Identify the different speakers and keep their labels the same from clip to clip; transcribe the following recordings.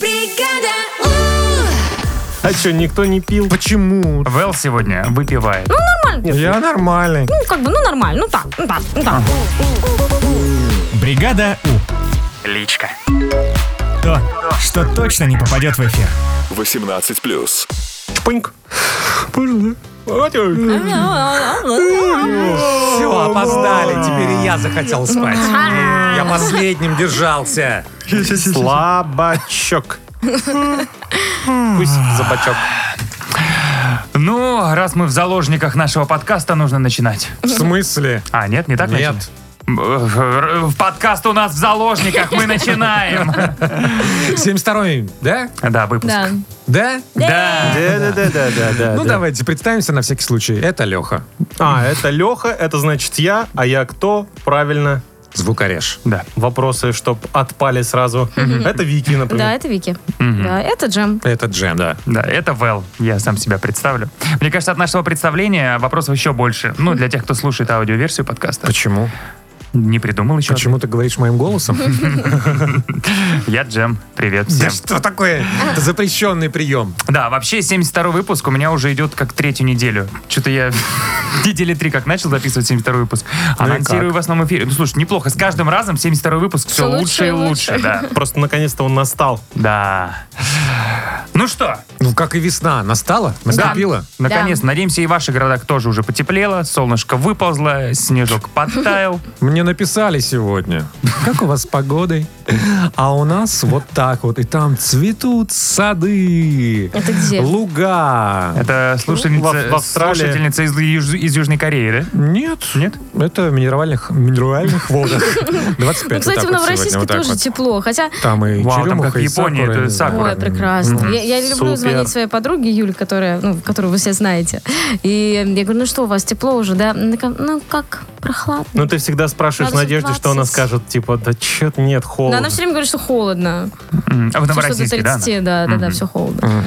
Speaker 1: Бригада У!
Speaker 2: А что, никто не пил?
Speaker 3: Почему?
Speaker 4: Вэл сегодня выпивает.
Speaker 3: Я нормальный.
Speaker 5: Ну, как бы, ну, нормально. Ну, так, ну, так, ну, так.
Speaker 6: Бригада У.
Speaker 4: Личка.
Speaker 6: То, что точно не попадет в эфир.
Speaker 7: 18 плюс.
Speaker 2: Пыньк.
Speaker 3: Все, опоздали. Теперь и я захотел спать. Я последним держался.
Speaker 2: Слабачок.
Speaker 4: Хм.
Speaker 2: Пусть за бачок.
Speaker 4: Ну, раз мы в заложниках нашего подкаста, нужно начинать.
Speaker 3: В смысле?
Speaker 4: А, нет, не так
Speaker 3: Нет.
Speaker 4: начали? М, э, э, Подкаст у нас в заложниках, мы начинаем.
Speaker 3: 72-й, да?
Speaker 4: Да, выпуск.
Speaker 5: Да.
Speaker 3: Да?
Speaker 4: Да.
Speaker 2: Да-да-да-да-да.
Speaker 3: Ну, давайте представимся на всякий случай. Это Леха,
Speaker 2: А, это Леха, это значит я, а я кто? Правильно.
Speaker 3: звукореж.
Speaker 4: Да.
Speaker 2: Вопросы, чтоб отпали сразу. Это Вики,
Speaker 5: Да,
Speaker 2: например.
Speaker 5: это Вики. Да, это Джем.
Speaker 3: Это Джем, да.
Speaker 4: Да, это Вэл. Я сам себя представлю. Мне кажется, от нашего представления вопросов еще больше. Ну, для тех, кто слушает аудиоверсию подкаста.
Speaker 3: Почему?
Speaker 4: Не придумал еще.
Speaker 3: Почему ты говоришь моим голосом?
Speaker 4: Я Джем. Привет всем.
Speaker 3: Да что такое? Это запрещенный прием.
Speaker 4: Да, вообще 72 выпуск у меня уже идет как третью неделю. Что-то я недели три как начал записывать 72 выпуск. Анонсирую в основном эфире. Ну, слушай, неплохо. С каждым разом 72 выпуск все
Speaker 5: лучше
Speaker 4: лучше
Speaker 5: и
Speaker 4: и лучше.
Speaker 5: лучше.
Speaker 4: Да.
Speaker 2: Просто наконец-то он настал.
Speaker 4: Да. Ну что,
Speaker 3: Ну, как и весна. Настала? Наступила?
Speaker 4: наконец, надеемся, и ваши города тоже уже потеплело, солнышко выползло, снежок подтаял.
Speaker 3: Мне написали сегодня. Как у вас с погодой? А у нас вот так вот. И там цветут сады.
Speaker 5: Это где?
Speaker 3: Луга.
Speaker 4: Это
Speaker 2: Во- Ну, в
Speaker 4: слушательница,
Speaker 2: Австралии.
Speaker 4: слушательница из, Юж- из Южной Кореи, да?
Speaker 3: Нет.
Speaker 4: Нет?
Speaker 3: Это в минеральных, минеральных водах. 25
Speaker 5: Ну,
Speaker 3: вот
Speaker 5: кстати,
Speaker 3: так
Speaker 5: в
Speaker 3: вот
Speaker 5: Новороссийске
Speaker 3: сегодня, вот так
Speaker 5: тоже
Speaker 3: вот.
Speaker 5: тепло. Хотя,
Speaker 3: Там и
Speaker 4: Вау, там
Speaker 3: черемуха,
Speaker 4: как
Speaker 3: и
Speaker 4: Япония,
Speaker 3: сакура,
Speaker 4: это
Speaker 3: и-
Speaker 4: сакура.
Speaker 5: ой,
Speaker 4: Аккуратно.
Speaker 5: прекрасно. Я, я люблю
Speaker 2: Супер.
Speaker 5: звонить своей подруге Юле, которая, ну, которую вы все знаете. И я говорю, ну что, у вас тепло уже, да? Она такая, ну как, прохладно.
Speaker 2: Ну, ты всегда спрашиваешь в
Speaker 5: Градусов
Speaker 2: надежде, что она
Speaker 5: 20.
Speaker 2: скажет, типа, да чё ты, нет,
Speaker 5: Но
Speaker 2: холодно.
Speaker 5: она все время говорит, что холодно.
Speaker 4: М,
Speaker 5: Всё,
Speaker 4: В
Speaker 5: что до
Speaker 4: Новороссийске, да?
Speaker 5: 30, да, да, да, все холодно.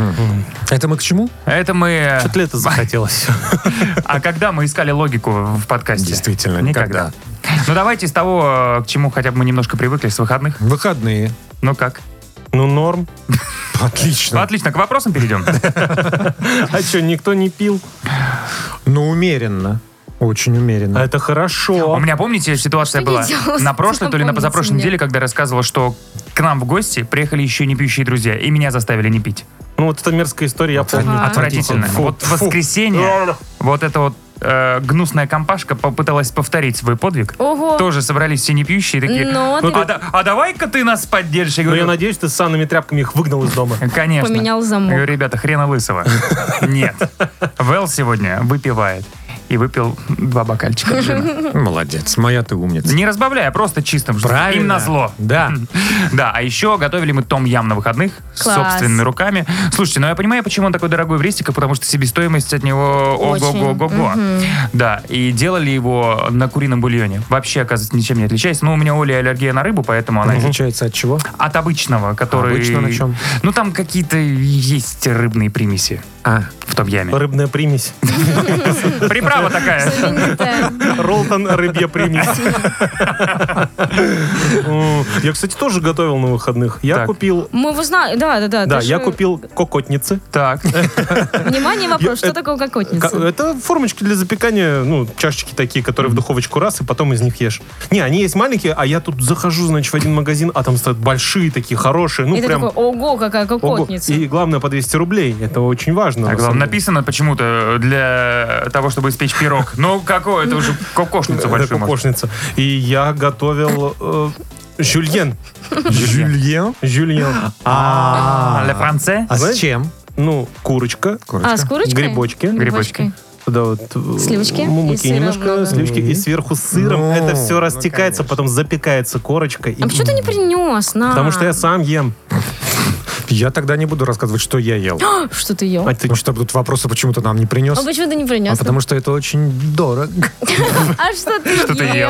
Speaker 3: Это мы к чему?
Speaker 4: Это мы...
Speaker 2: Что-то лето захотелось.
Speaker 4: А когда мы искали логику в подкасте?
Speaker 3: Действительно, никогда.
Speaker 4: Ну давайте с того, э, к чему хотя бы мы немножко привыкли с выходных.
Speaker 3: Выходные.
Speaker 4: Ну как?
Speaker 2: Ну, норм.
Speaker 4: Ну,
Speaker 3: Отлично.
Speaker 4: отлично, к вопросам перейдем.
Speaker 2: А чё, никто не пил?
Speaker 3: Но Ну, умеренно. Очень умеренно.
Speaker 2: А это
Speaker 4: У
Speaker 2: хорошо.
Speaker 4: меня, помните, ситуация
Speaker 5: Что
Speaker 4: была
Speaker 5: я делала?
Speaker 4: на прошлой, то ли на
Speaker 5: Напомните
Speaker 4: позапрошлой
Speaker 5: мне.
Speaker 4: неделе, когда я рассказывал, что к нам в гости приехали еще не пьющие друзья, и меня заставили не пить.
Speaker 2: Ну, вот эта мерзкая история, я помню.
Speaker 5: Ага.
Speaker 4: Отвратительно.
Speaker 2: Фу,
Speaker 4: Вот в
Speaker 2: фу.
Speaker 4: воскресенье вот эта вот э, гнусная компашка попыталась повторить свой подвиг.
Speaker 5: Ого.
Speaker 4: Тоже собрались все непьющие и такие,
Speaker 5: Но
Speaker 4: «Ну,
Speaker 5: ты-
Speaker 4: а, да- а давай-ка ты нас поддержишь. Я
Speaker 2: Ну, я
Speaker 4: говорю,
Speaker 2: надеюсь, ты с санными тряпками их выгнал из дома.
Speaker 4: Конечно.
Speaker 5: Поменял замок.
Speaker 4: Я говорю, ребята, хрена лысого. Нет. Вэл сегодня выпивает. И выпил два бокальчика джина.
Speaker 3: Молодец. Моя ты умница.
Speaker 4: Не разбавляя, просто чистым. чтобы
Speaker 3: Правильно.
Speaker 4: Им назло.
Speaker 3: Да.
Speaker 4: Да, а еще готовили мы том ям на выходных с
Speaker 5: Класс.
Speaker 4: собственными руками. Слушайте, ну я понимаю, почему он такой дорогой в рестика, потому что себестоимость от него
Speaker 5: Очень.
Speaker 4: ого-го-го-го. Да, и делали его на курином бульоне. Вообще, оказывается, ничем не отличаясь. Но у меня Оля аллергия на рыбу, поэтому она
Speaker 3: Отличается от чего?
Speaker 4: от обычного, который...
Speaker 3: Обычно на чем?
Speaker 4: Ну, там какие-то есть рыбные примеси
Speaker 3: А,
Speaker 4: в том яме.
Speaker 2: Рыбная примесь.
Speaker 4: Приправа такая.
Speaker 5: Знаменитая.
Speaker 2: Ролтон рыбья примесь. М, Я, кстати, тоже готовил на выходных. Я
Speaker 4: Так.
Speaker 2: купил...
Speaker 5: Мы его знаем, да, да, да.
Speaker 2: Да,
Speaker 5: ты
Speaker 2: я
Speaker 5: же-
Speaker 2: купил кокотницы.
Speaker 4: Так.
Speaker 5: Внимание,
Speaker 2: Я-
Speaker 5: вопрос, что
Speaker 2: это-
Speaker 5: такое
Speaker 2: Ка- э,
Speaker 5: кокотница?
Speaker 2: Это формочки для запекания, ну, чашечки такие, которые в духовочку раз, и потом из них ешь. Не, они есть маленькие, а я тут захожу, значит, в один магазин, а там стоят большие такие, хорошие, ну,
Speaker 5: И ты
Speaker 2: прям...
Speaker 5: такой, ого, какая
Speaker 2: ого.
Speaker 5: кокотница.
Speaker 2: И главное, по 200 рублей. Это очень важно.
Speaker 4: А
Speaker 2: на самом
Speaker 4: главное,
Speaker 2: деле.
Speaker 4: написано почему-то для того, чтобы испечь пирог. Ну, какое? Это уже кокошницу
Speaker 2: Это
Speaker 4: большую. может.
Speaker 2: кокошница. И я готовил э, жюльен.
Speaker 3: Жюльен?
Speaker 2: Жюльен.
Speaker 4: А, Ле Франце?
Speaker 3: А с
Speaker 2: Знаете?
Speaker 3: чем?
Speaker 2: Ну, курочка.
Speaker 5: А, с курочкой?
Speaker 2: Грибочки.
Speaker 4: Грибочки.
Speaker 2: Да, вот, э,
Speaker 5: Сливочки и
Speaker 2: Мумыки
Speaker 5: сыра
Speaker 2: немножко,
Speaker 5: много.
Speaker 2: сливочки. И сверху с сыром
Speaker 3: Ну,
Speaker 2: это все
Speaker 3: ну,
Speaker 2: растекается,
Speaker 3: конечно.
Speaker 2: потом запекается корочка. и-
Speaker 5: А почему ты не А. принес на?
Speaker 2: Потому что я сам ем.
Speaker 3: Я тогда не буду рассказывать, что я ел.
Speaker 5: Что ты ел?
Speaker 2: А ты
Speaker 3: Потому что тут вопросы почему-то нам не принес.
Speaker 5: А почему ты не
Speaker 3: А
Speaker 5: принес?
Speaker 3: потому что это очень дорого.
Speaker 5: А что ты
Speaker 4: ты
Speaker 5: ел?
Speaker 4: ел?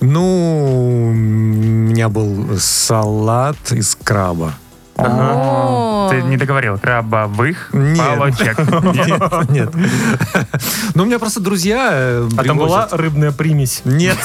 Speaker 3: Ну, у меня был салат из краба.
Speaker 5: О,
Speaker 4: Ты не договорил. Крабовых
Speaker 3: Нет.
Speaker 4: палочек. Нет?
Speaker 3: Нет. Ну, у меня просто друзья э,
Speaker 2: А там была
Speaker 3: привозят.
Speaker 2: рыбная примесь?
Speaker 3: Нет.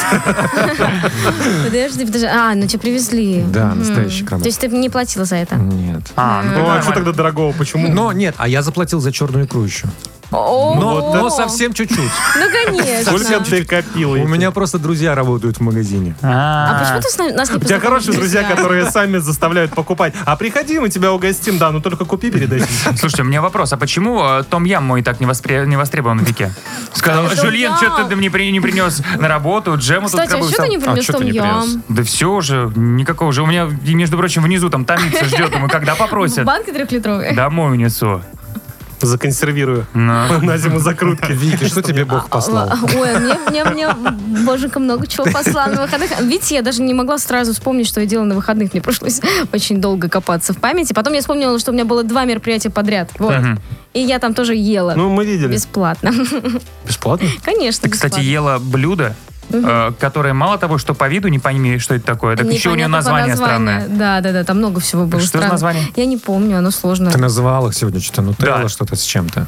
Speaker 5: Подожди, подожди. А, ну тебе привезли.
Speaker 3: Да,
Speaker 5: Мгм.
Speaker 3: настоящий краб.
Speaker 5: То есть ты не платила за это?
Speaker 3: Нет.
Speaker 4: А, ну
Speaker 2: Ну, а
Speaker 4: нормально.
Speaker 2: что тогда дорогого? Почему?
Speaker 3: Но нет, а я заплатил за черную икру еще.
Speaker 5: О,
Speaker 2: Ну,
Speaker 3: Но, но совсем чуть-чуть.
Speaker 5: Ну, конечно.
Speaker 2: Сколько ты копил?
Speaker 3: У
Speaker 2: этих?
Speaker 3: меня просто друзья работают в магазине.
Speaker 5: А
Speaker 4: А,
Speaker 5: почему ты с нами- нас не
Speaker 2: У тебя хорошие
Speaker 5: познакомил?
Speaker 2: друзья, которые сами заставляют покупать. А приходи, мы тебя угостим, да, но только купи передачи.
Speaker 4: Слушайте, у меня вопрос. А почему э, Том Ям мой так не, воспре- не востребован в Вике? Сказал,
Speaker 5: Том
Speaker 4: Жюльен,
Speaker 5: Ям!»
Speaker 4: что ты мне при- не принес на работу, джему тут
Speaker 5: Кстати, а
Speaker 4: крабовых
Speaker 5: что ты
Speaker 4: сам».
Speaker 5: не
Speaker 3: А
Speaker 5: принес
Speaker 3: чё ты
Speaker 5: Том
Speaker 3: не принёс?
Speaker 5: Ям?
Speaker 4: Да все уже, никакого же. У меня, и, между прочим, внизу там томится, ждет. Ему когда
Speaker 5: В
Speaker 4: попросят?
Speaker 5: банке трехлитровой.
Speaker 4: Домой унесу.
Speaker 2: Законсервирую
Speaker 4: Ну.
Speaker 2: на зиму закрутки.
Speaker 3: Вики, что тебе Бог послал?
Speaker 5: Ой, мне, мне, мне, боженька, много чего послал на выходных. Видите, я даже не могла сразу вспомнить, что я делала на выходных. Мне пришлось очень долго копаться в памяти. Потом я вспомнила, что у меня было два мероприятия подряд. Вот.
Speaker 4: Мгм.
Speaker 5: И я там тоже ела.
Speaker 2: Ну, мы видели.
Speaker 5: Бесплатно.
Speaker 2: Бесплатно?
Speaker 5: Конечно,
Speaker 4: Кстати,
Speaker 5: бесплатно.
Speaker 4: ела блюдо, э, которое мало того, что по виду не пойми, что это такое, так еще у нее
Speaker 5: Непонятно по
Speaker 4: название
Speaker 5: названию.
Speaker 4: странное.
Speaker 5: Да, да, да, там много всего было
Speaker 4: Что за
Speaker 5: странного.
Speaker 4: название?
Speaker 5: Я не помню, оно сложно.
Speaker 3: Ты называл их сегодня что-то, нутелла,
Speaker 4: Да.
Speaker 3: что-то с чем-то.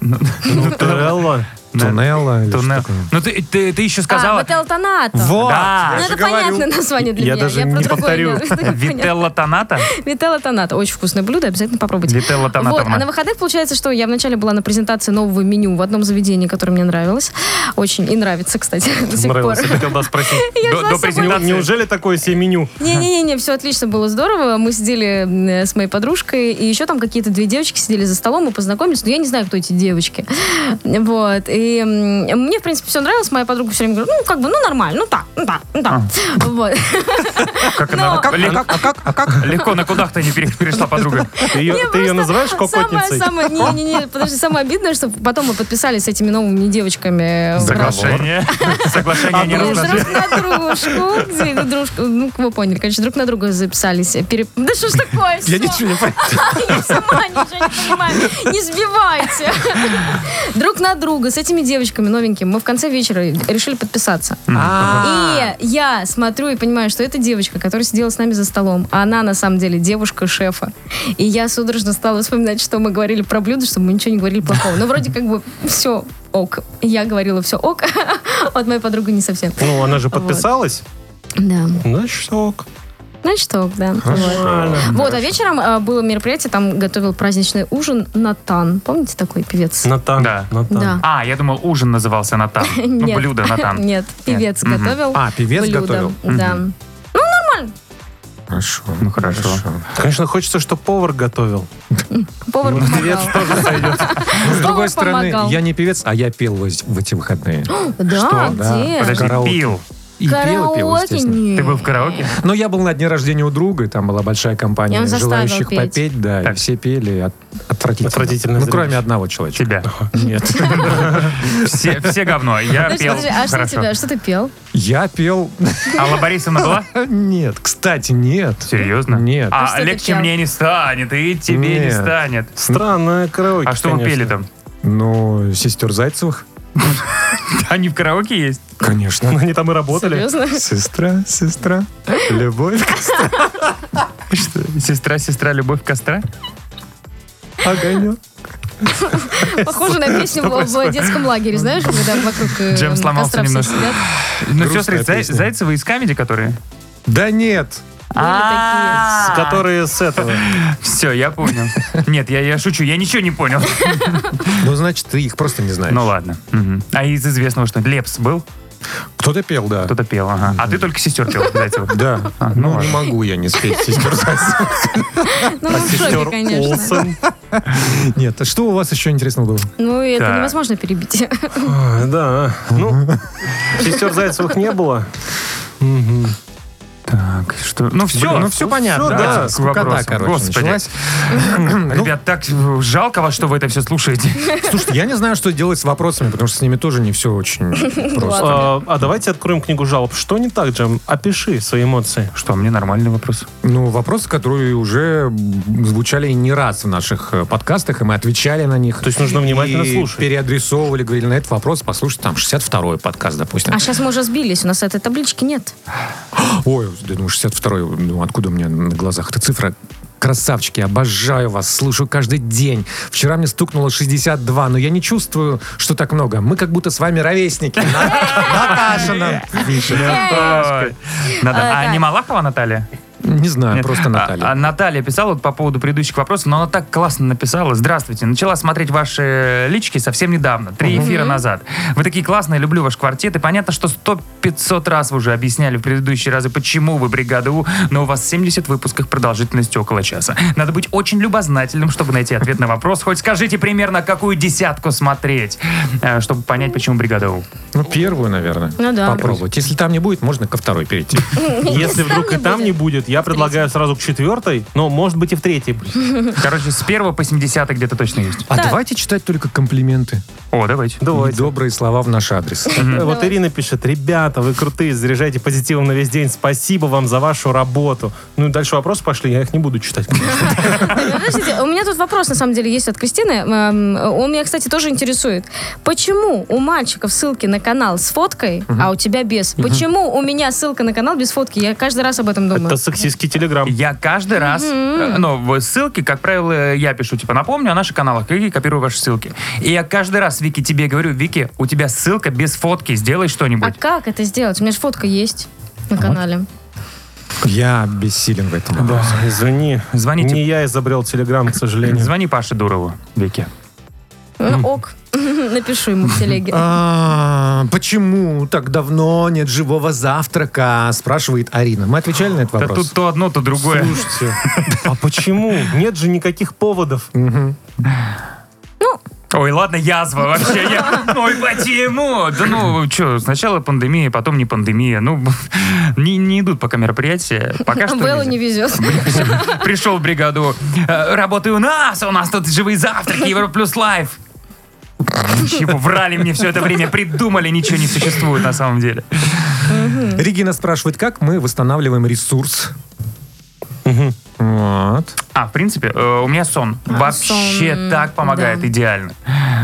Speaker 2: Ну, Нутелла.
Speaker 4: Да.
Speaker 3: Тунелла или
Speaker 4: Тунел.
Speaker 3: что такое?
Speaker 4: Ну ты, ты, ты еще
Speaker 5: А,
Speaker 4: сказала...
Speaker 5: Вителтонато.
Speaker 3: Вот!
Speaker 4: Да.
Speaker 5: Ну,
Speaker 4: я
Speaker 5: это понятное название для
Speaker 2: Я
Speaker 5: меня.
Speaker 2: даже
Speaker 5: про
Speaker 2: не
Speaker 5: другое
Speaker 2: повторю.
Speaker 5: имела. Понятно.
Speaker 4: Вителла Тоната?
Speaker 5: Вителла Тоната. Очень вкусное блюдо, обязательно попробуйте.
Speaker 4: Вителла
Speaker 5: Вот, а на
Speaker 4: Тонатовна.
Speaker 5: выходных получается, что я вначале была на презентации нового меню в одном заведении, которое мне нравилось. Очень и нравится, кстати, до сих пор.
Speaker 2: Нравилось, я хотел да спросить.
Speaker 5: Я
Speaker 4: До-
Speaker 5: взяла
Speaker 4: до
Speaker 5: с собой-
Speaker 4: презентации.
Speaker 2: Не- Неужели такое себе меню?
Speaker 5: Не-не-не, все отлично было, здорово. Мы сидели э, с моей подружкой, и еще там какие-то две девочки сидели за столом, мы познакомились, но я не знаю, кто эти девочки. Вот. И м, мне, в принципе, все нравилось. Моя подруга все время говорит, ну, как бы, ну, нормально, ну, так, ну, так, ну, так. Вот.
Speaker 4: Как
Speaker 5: но-
Speaker 4: она?
Speaker 5: А как-
Speaker 4: лег-
Speaker 3: А как? А как?
Speaker 4: Легко на кудах ты не пере- перешла, подруга.
Speaker 2: Ты ее, ты ее называешь
Speaker 5: Самое,
Speaker 2: кокотницей?
Speaker 5: самое, не, не, не, подожди, самое обидное, что потом мы подписались с этими новыми девочками. в
Speaker 4: Соглашение. Соглашение не
Speaker 5: друг
Speaker 4: разноцветное.
Speaker 5: на дружку. Где- ну, Дружку. Ну, вы поняли, конечно, друг на друга записались. э, Пере- Да что ж такое? всё?
Speaker 3: Я ничего не понимаю.
Speaker 5: Я сама ничего не понимаю. Не сбивайте. Друг на друга с этими девочками новенькими. Мы в конце вечера решили подписаться. И я смотрю и понимаю, что это девочка, которая сидела с нами за столом. А она на самом деле девушка шефа. И я судорожно стала вспоминать, что мы говорили про блюдо, чтобы мы ничего не говорили плохого. Но вроде как бы все ок. И Я говорила все ок. Вот моя подруга не совсем.
Speaker 2: Ну, она же подписалась.
Speaker 5: Да.
Speaker 2: Значит, ок.
Speaker 5: Значит, ок, Ну да. Вот. Вот, а вечером э, было мероприятие, там готовил праздничный ужин Натан. Помните такой певец?
Speaker 2: Натан.
Speaker 4: Да.
Speaker 2: Натан.
Speaker 5: Да.
Speaker 4: А, я думал, ужин назывался Натан. Ну,
Speaker 5: Нет.
Speaker 4: блюдо Натан.
Speaker 5: Нет, певец
Speaker 4: Мгм.
Speaker 5: готовил.
Speaker 3: А, певец
Speaker 5: блюдо.
Speaker 3: готовил?
Speaker 5: Да.
Speaker 3: Хорошо.
Speaker 4: Ну, хорошо.
Speaker 2: Конечно, хочется, чтобы повар готовил.
Speaker 5: Повар
Speaker 2: Певец
Speaker 5: помогал.
Speaker 2: тоже сойдет.
Speaker 3: Но, с другой
Speaker 5: Повар
Speaker 3: стороны,
Speaker 5: помогал.
Speaker 3: я не певец, а я пел в эти- в эти выходные.
Speaker 5: Да,
Speaker 3: Что? Да.
Speaker 5: где?
Speaker 4: Подожди,
Speaker 3: Караоке.
Speaker 4: пил.
Speaker 3: И пел, пел,
Speaker 5: Караоке?
Speaker 3: естественно.
Speaker 5: нет.
Speaker 4: Ты был в караоке?
Speaker 3: Но я был на дне рождения у друга, и там была большая
Speaker 5: И
Speaker 3: компания
Speaker 5: он заставил
Speaker 3: желающих
Speaker 5: петь.
Speaker 3: попеть, да, и
Speaker 4: Так.
Speaker 3: все пели от- отвратительно.
Speaker 2: Отвратительно
Speaker 3: Ну,
Speaker 2: зрелище.
Speaker 3: кроме одного человека.
Speaker 4: Тебя.
Speaker 3: Нет.
Speaker 4: Все, все говно. Я
Speaker 5: Подожди,
Speaker 4: пел.
Speaker 5: подожди, а что,
Speaker 4: Хорошо.
Speaker 5: тебя, что ты пел?
Speaker 3: Я пел...
Speaker 4: Алла Борисовна была?
Speaker 3: Нет, кстати, нет.
Speaker 4: Серьезно?
Speaker 3: Нет.
Speaker 5: А что
Speaker 4: А
Speaker 5: ты
Speaker 4: легче
Speaker 5: пел?
Speaker 4: мне не станет, и тебе не
Speaker 3: Нет.
Speaker 4: станет.
Speaker 2: Странное караоке,
Speaker 4: А что вы
Speaker 2: конечно.
Speaker 4: пели там?
Speaker 3: Ну, сестер Зайцевых?
Speaker 4: Они в караоке есть?
Speaker 3: Конечно.
Speaker 2: Они там и работали.
Speaker 5: Серьезно?
Speaker 3: Сестра, сестра, любовь,
Speaker 4: Что, Сестра, сестра, любовь костра?
Speaker 3: огонек.
Speaker 5: Похоже на песню в- в, детском лагере, знаешь, когда вокруг э,
Speaker 4: Джем сломался
Speaker 5: костра все
Speaker 4: немножко.
Speaker 5: сидят.
Speaker 4: Ну,
Speaker 3: Грустная
Speaker 4: сестры Зай-
Speaker 3: песня.
Speaker 4: Зайцевы из камеди, которые?
Speaker 3: Да нет.
Speaker 5: такие.
Speaker 2: Которые с этого.
Speaker 4: Все, я понял. Нет, я, я шучу, я ничего не понял.
Speaker 3: Ну, значит, ты их просто не знаешь.
Speaker 4: Ну ладно. Мгм. А из известного что? Лепс был?
Speaker 3: Кто-то пел, да.
Speaker 4: Кто-то пел, ага. А ты только сестер пел, Зайцевых.
Speaker 3: Да.
Speaker 4: А, ну
Speaker 3: Ну, не
Speaker 4: ладно.
Speaker 3: могу я не спеть сестер Зайцевых.
Speaker 2: А
Speaker 5: Ну, мы в шоке, конечно.
Speaker 2: Олсен.
Speaker 3: Нет, а что у вас еще интересного было?
Speaker 5: Ну, и это
Speaker 4: Так.
Speaker 5: невозможно перебить.
Speaker 2: А, Да. Ну, сестер Зайцевых не было.
Speaker 4: Так, что? Ну все.
Speaker 3: Ну, все понятно.
Speaker 2: да,
Speaker 3: Давайте к
Speaker 4: скукота,
Speaker 3: вопросам.
Speaker 4: короче,
Speaker 3: Господи.
Speaker 4: началась.
Speaker 3: Ну,
Speaker 4: Ребят, так э, жалко вас, что вы это все слушаете.
Speaker 3: Слушайте, я не знаю, что делать с вопросами, потому что с ними тоже не все очень просто.
Speaker 2: А а давайте откроем книгу жалоб. Что не так, Джем? Опиши свои эмоции.
Speaker 4: Что, мне нормальный вопрос.
Speaker 3: Ну, вопросы, которые уже м, звучали не раз в наших э, подкастах, и мы отвечали на них.
Speaker 2: То есть нужно внимательно
Speaker 3: И
Speaker 2: слушать.
Speaker 3: переадресовывали, говорили на этот вопрос, послушайте, там, 62-й подкаст, допустим.
Speaker 5: А сейчас мы уже сбились, у нас этой таблички нет.
Speaker 3: Ой, да, ну, 62-й, ну, откуда у меня на глазах эта цифра? Красавчики, обожаю вас, слушаю каждый день. Вчера мне стукнуло 62, но я не чувствую, что так много. Мы как будто с вами ровесники. Наташа нам пишет.
Speaker 4: Ой, Надо-
Speaker 5: А,
Speaker 4: А
Speaker 5: да.
Speaker 4: не Малахова Наталья?
Speaker 3: Не знаю,
Speaker 4: Нет.
Speaker 3: просто
Speaker 4: А-
Speaker 3: Наталья.
Speaker 4: а Наталья писала вот по поводу предыдущих вопросов, но она так классно написала. Здравствуйте. Начала смотреть ваши лички совсем недавно, три эфира назад. Вы такие классные, люблю ваш квартет. И понятно, что сто 500 раз вы уже объясняли в предыдущие разы, почему вы бригада У, но у вас 70 выпусков продолжительность около часа. Надо быть очень любознательным, чтобы найти ответ на вопрос. Хоть скажите примерно, какую десятку смотреть, э, чтобы понять, почему бригада У.
Speaker 3: Ну, первую, наверное.
Speaker 5: Ну да.
Speaker 3: Попробовать. Если там не будет, можно ко второй перейти. ну,
Speaker 2: Если вдруг и там не будет, я предлагаю сразу к четвертой, но может быть и в третьей.
Speaker 4: Короче, с первого по 70 где-то точно есть.
Speaker 3: А
Speaker 5: Так.
Speaker 3: давайте читать только комплименты.
Speaker 4: О, давайте.
Speaker 3: И
Speaker 2: Давайте.
Speaker 3: добрые слова в наш адрес.
Speaker 2: Вот Ирина пишет, ребята, вы крутые, заряжайте позитивом на весь день, спасибо вам за вашу работу. Ну и дальше вопросы пошли, я их не буду читать.
Speaker 5: Подождите, у меня тут вопрос, на самом деле, есть от Кристины. Эм, Он меня, кстати, тоже интересует. Почему у мальчиков ссылки на канал с фоткой, а у тебя без? Почему у меня ссылка на канал без фотки? Я каждый раз об этом думаю.
Speaker 3: ну.
Speaker 2: Это сексистский телеграм.
Speaker 4: Я каждый раз, э, ну, в ссылке, как правило, я пишу, типа, напомню о наших каналах и копирую ваши ссылки. И я каждый раз, Вики, тебе говорю, Вики, у тебя ссылка без фотки, сделай
Speaker 5: А
Speaker 4: что-нибудь.
Speaker 5: как это сделать? У меня же фотка есть на канале.
Speaker 3: Я бессилен в этом.
Speaker 2: Да, извини.
Speaker 4: Звоните.
Speaker 2: Не я изобрел телеграм, к сожалению.
Speaker 4: Звони Паше Дурову, Вики.
Speaker 5: Ну, ок. Напишу ему в телеге.
Speaker 3: А, Почему так давно нет живого завтрака? Спрашивает Арина. Мы отвечали на этот
Speaker 4: Да
Speaker 3: вопрос?
Speaker 4: тут то одно, то другое.
Speaker 2: Слушайте, а почему? Нет же никаких поводов.
Speaker 4: Ой, ладно, язва вообще. я- Ой, почему? Да ну, что, сначала пандемия, потом не пандемия. Ну, не, не идут пока мероприятия. Пока что
Speaker 5: Белла
Speaker 4: нельзя.
Speaker 5: А не везет.
Speaker 4: Пришел в бригаду. «Э, Работай у нас, у нас тут живые завтраки, Европа плюс лайф. Чего врали мне все это время, придумали, ничего не существует на самом деле.
Speaker 3: Регина спрашивает, как мы восстанавливаем ресурс? Вот.
Speaker 4: А, в принципе, э, у меня сон. Вообще
Speaker 5: А, сон,
Speaker 4: так помогает,
Speaker 5: да.
Speaker 4: идеально.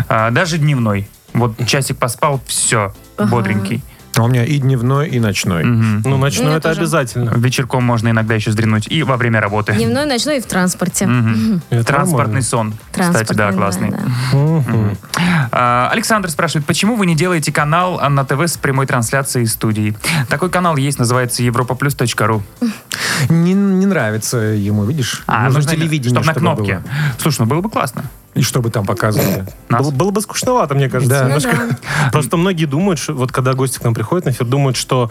Speaker 4: А, даже дневной. Вот часик поспал, все, бодренький.
Speaker 3: А у меня и дневной, и ночной.
Speaker 2: Ну,
Speaker 5: У
Speaker 2: начну
Speaker 5: меня
Speaker 2: это
Speaker 5: тоже.
Speaker 2: обязательно.
Speaker 4: Вечерком можно иногда еще сдрянуть. И во время работы.
Speaker 5: Дневной, ночной и в транспорте.
Speaker 2: Это
Speaker 4: Транспортный сон. Кстати, да,
Speaker 5: Транспортный,
Speaker 4: классный.
Speaker 5: да.
Speaker 4: А, Александр спрашивает, почему вы не делаете канал на ТВ с прямой трансляцией из студии? Такой канал есть, называется europaplus.ru.
Speaker 3: Не, не нравится ему, видишь? Нужно телевидение,
Speaker 4: чтобы А, на кнопке.
Speaker 3: было.
Speaker 4: Слушай, ну было бы классно.
Speaker 3: И чтобы там показывали.
Speaker 2: Было,
Speaker 4: Нас.
Speaker 2: было бы скучновато, мне кажется.
Speaker 3: Да. Ну
Speaker 2: немножко. Просто многие думают, что, вот когда гости к нам приходят на эфир, думают, что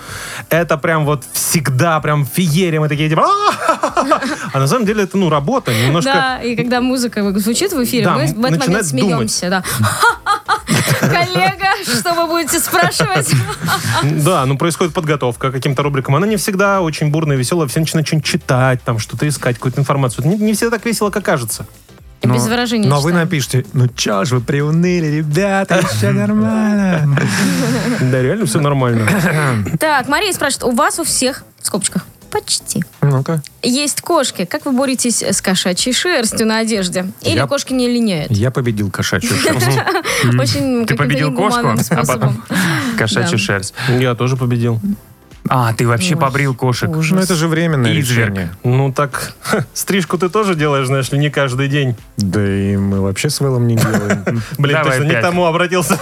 Speaker 2: это прям вот всегда прям феерия, мы такие типа... «А-а-а-а-а». А на самом деле это, ну, работа. Немножко
Speaker 5: Да, и когда музыка звучит в эфире,
Speaker 2: Да,
Speaker 5: мы в этот момент
Speaker 2: начинает думать.
Speaker 5: смеемся. Да. Коллега, что вы будете спрашивать?
Speaker 2: Да, ну происходит подготовка к каким-то рубрикам. Она не всегда очень бурная, веселая. Все начинают что-нибудь читать, там что-то искать, какую-то информацию. Не, не всегда так весело, как кажется.
Speaker 5: Без выражения.
Speaker 3: Но вы
Speaker 5: читаем.
Speaker 3: напишите, ну чё ж вы приуныли, ребята, все нормально.
Speaker 2: Да, реально все нормально.
Speaker 5: Так, Мария спрашивает, у вас у всех, в скобочках, почти,
Speaker 3: Ну-ка.
Speaker 5: есть кошки. Как вы боретесь с кошачьей шерстью на одежде? Или
Speaker 3: Я-
Speaker 5: кошки не линяют?
Speaker 3: Я победил кошачью шерсть.
Speaker 5: Очень каким-то
Speaker 4: Ты победил кошку,
Speaker 5: негуманным
Speaker 4: а потом
Speaker 5: способом. Да.
Speaker 4: кошачью шерсть.
Speaker 2: Я тоже победил.
Speaker 4: А, ты вообще побрил кошек.
Speaker 3: Ну это же временное
Speaker 4: Изверг.
Speaker 3: решение.
Speaker 2: Ну так, стрижку ты тоже делаешь, знаешь ли, не каждый день.
Speaker 3: Да и мы вообще с Вэллом не делаем.
Speaker 2: Блин,
Speaker 4: Давай
Speaker 2: точно не
Speaker 4: пять.
Speaker 2: к тому обратился.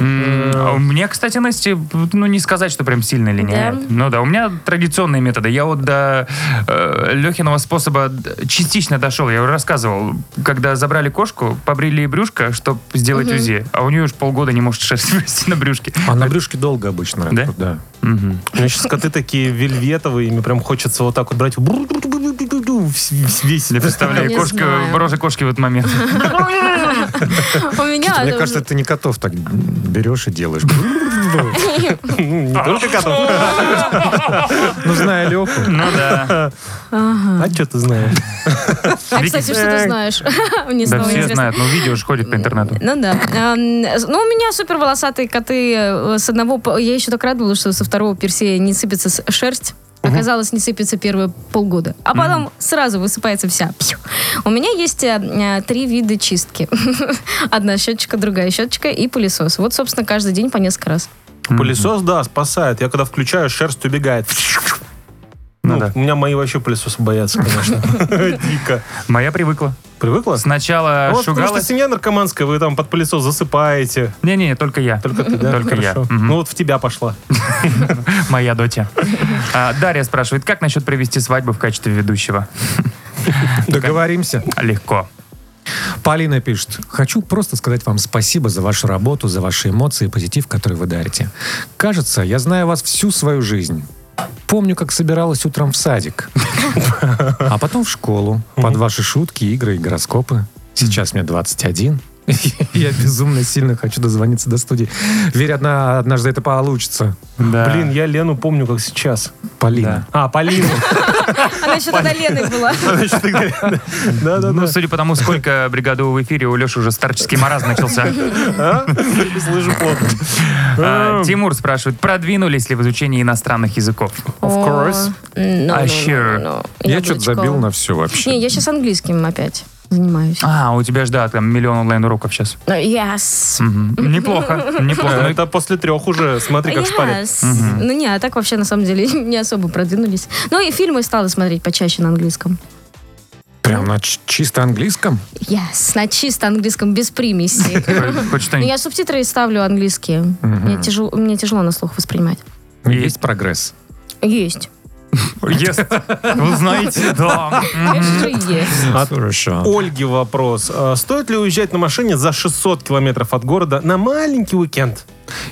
Speaker 4: М, а у меня, кстати, Настя, ну не сказать, что прям сильно линяет.
Speaker 5: Да?
Speaker 4: Ну да, у меня традиционные методы. Я вот до э, Лехиного способа д- частично дошел. Я уже рассказывал, когда забрали кошку, побрили ей брюшко, чтобы сделать УЗИ. А у нее уж полгода не может шерсть вырасти на брюшке.
Speaker 3: А на брюшке долго обычно.
Speaker 4: Да?
Speaker 3: Да.
Speaker 4: Мгм.
Speaker 2: У меня сейчас коты такие вельветовые, ими прям хочется вот так вот брать. Весь
Speaker 4: Я представляю,
Speaker 5: Не
Speaker 4: кошка,
Speaker 5: знаю.
Speaker 4: рожа кошки в этот момент.
Speaker 5: У меня... э,
Speaker 3: Мне кажется, ты не котов так берешь и делаешь.
Speaker 2: Не только котов.
Speaker 3: Ну, зная Леху.
Speaker 4: Ну да.
Speaker 2: А что ты знаешь?
Speaker 5: А, кстати, что ты знаешь? Мне
Speaker 4: Да
Speaker 5: снова
Speaker 4: все
Speaker 5: интересно.
Speaker 4: знают, но видео же ходит по интернету.
Speaker 5: Ну да. Эм, Ну, у меня супер волосатые коты э, с одного... п- Я еще так радовалась, что со второго персея не сыпется с- шерсть. Оказалось, не сыпется первые полгода. А потом сразу высыпается вся. Пью. У меня есть э, э, три вида чистки. Одна щеточка, другая щеточка и пылесос. Вот, собственно, каждый день по несколько раз.
Speaker 2: Пылесос, да, спасает. Я когда включаю, шерсть убегает.
Speaker 4: Ну
Speaker 2: Ну,
Speaker 4: да.
Speaker 2: У меня мои вообще пылесосы боятся, конечно. Дико.
Speaker 4: Моя привыкла.
Speaker 2: Привыкла?
Speaker 4: Сначала
Speaker 2: Вот потому что
Speaker 4: шугалась.
Speaker 2: семья наркоманская, вы там под пылесос засыпаете.
Speaker 4: Не-не, только я.
Speaker 2: Только ты, да?
Speaker 4: Только я.
Speaker 2: Хорошо.
Speaker 4: Мгм.
Speaker 2: Ну вот в тебя пошла.
Speaker 4: Моя дотя. А, Дарья спрашивает, как насчет привести свадьбу в качестве ведущего?
Speaker 3: Договоримся.
Speaker 4: Легко.
Speaker 3: Полина пишет. Хочу просто сказать вам спасибо за вашу работу, за ваши эмоции и позитив, который вы дарите. Кажется, я знаю вас всю свою жизнь. Помню, как собиралась утром в садик, а потом в школу под ваши шутки, игры и гороскопы. Сейчас мне 21. Я безумно сильно хочу дозвониться до студии. Верь, одна, однажды это получится.
Speaker 4: Да.
Speaker 2: Блин, я Лену помню как сейчас.
Speaker 3: Полина.
Speaker 2: А, Полину.
Speaker 5: Она еще тогда Леной была.
Speaker 2: Значит, ты говоришь, Да, да,
Speaker 4: Ну,
Speaker 2: да.
Speaker 4: судя по тому, сколько бригаду в эфире, у Леши уже старческий маразм начался.
Speaker 2: Слышу плохо.
Speaker 4: А, Тимур спрашивает, продвинулись ли в изучении иностранных языков?
Speaker 5: Of course. ну,
Speaker 4: А sure.
Speaker 3: Я что-то забил на все
Speaker 5: Не,
Speaker 3: вообще.
Speaker 5: я сейчас английским опять занимаюсь.
Speaker 4: А, у тебя же, да, там миллион онлайн-уроков сейчас.
Speaker 5: Ну, Yes.
Speaker 4: Мгм. Неплохо, неплохо. Ну,
Speaker 2: Это после трех уже, смотри, как шпарит.
Speaker 5: Yes. Ну не, а так вообще на самом деле не особо продвинулись. Ну и фильмы стала смотреть почаще на английском.
Speaker 3: Прям на ч- чисто английском?
Speaker 5: Yes, на чисто английском, без примесей.
Speaker 4: хоть- Хоть
Speaker 5: Ну,
Speaker 4: что-нибудь.
Speaker 5: я субтитры ставлю английские. Мне, тяжело, мне тяжело на слух воспринимать.
Speaker 3: Есть прогресс.
Speaker 5: Есть.
Speaker 4: Yes. Вы знаете, да.
Speaker 5: Конечно же, есть.
Speaker 3: Хорошо.
Speaker 2: Ольге вопрос. А Стоит ли уезжать на машине за 600 километров от города на маленький уикенд?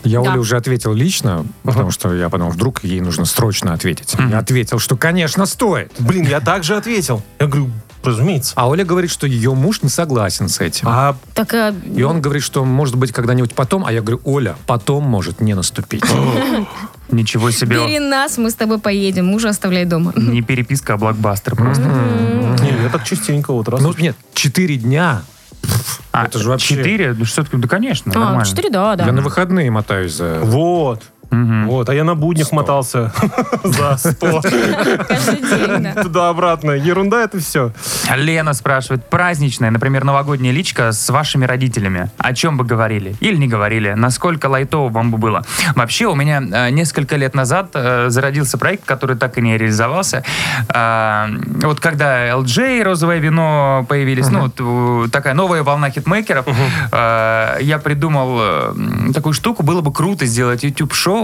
Speaker 3: Я
Speaker 5: Да.
Speaker 3: Оле уже ответил лично, потому что я подумал, вдруг ей нужно срочно ответить. Я ответил, что, конечно, стоит.
Speaker 2: Блин, я также ответил. Я говорю, разумеется.
Speaker 3: А Оля говорит, что ее муж не согласен с этим.
Speaker 2: А
Speaker 5: Так, э,
Speaker 3: И он говорит, что может быть когда-нибудь потом, а я говорю, Оля, потом может не наступить.
Speaker 4: Ничего
Speaker 5: бери
Speaker 4: себе.
Speaker 5: нас, мы с тобой поедем. Мужа оставляй дома.
Speaker 4: Не переписка, а блокбастер просто.
Speaker 2: не, я так частенько вот раз.
Speaker 3: Ну нет, четыре дня.
Speaker 4: А,
Speaker 3: Это же вообще-
Speaker 4: Четыре? Ну, что такое? Да, конечно,
Speaker 5: А,
Speaker 4: нормально.
Speaker 5: четыре, да,
Speaker 3: Я на
Speaker 5: да.
Speaker 3: выходные мотаюсь за...
Speaker 2: вот.
Speaker 4: Мгм.
Speaker 2: Вот, а я на буднях мотался за 100.
Speaker 5: Каждый день, да.
Speaker 2: Туда-обратно. Ерунда это все.
Speaker 4: Лена спрашивает, праздничная, например, новогодняя личка с вашими родителями. О чем бы говорили? Или не говорили? Насколько лайтово вам бы было? Вообще, у меня э, несколько лет назад э, зародился проект, который так и не реализовался. Э, вот когда LJ и розовое вино появились, ну, вот, э, такая новая волна хитмейкеров, э, я придумал э, м, такую штуку, было бы круто сделать YouTube-шоу,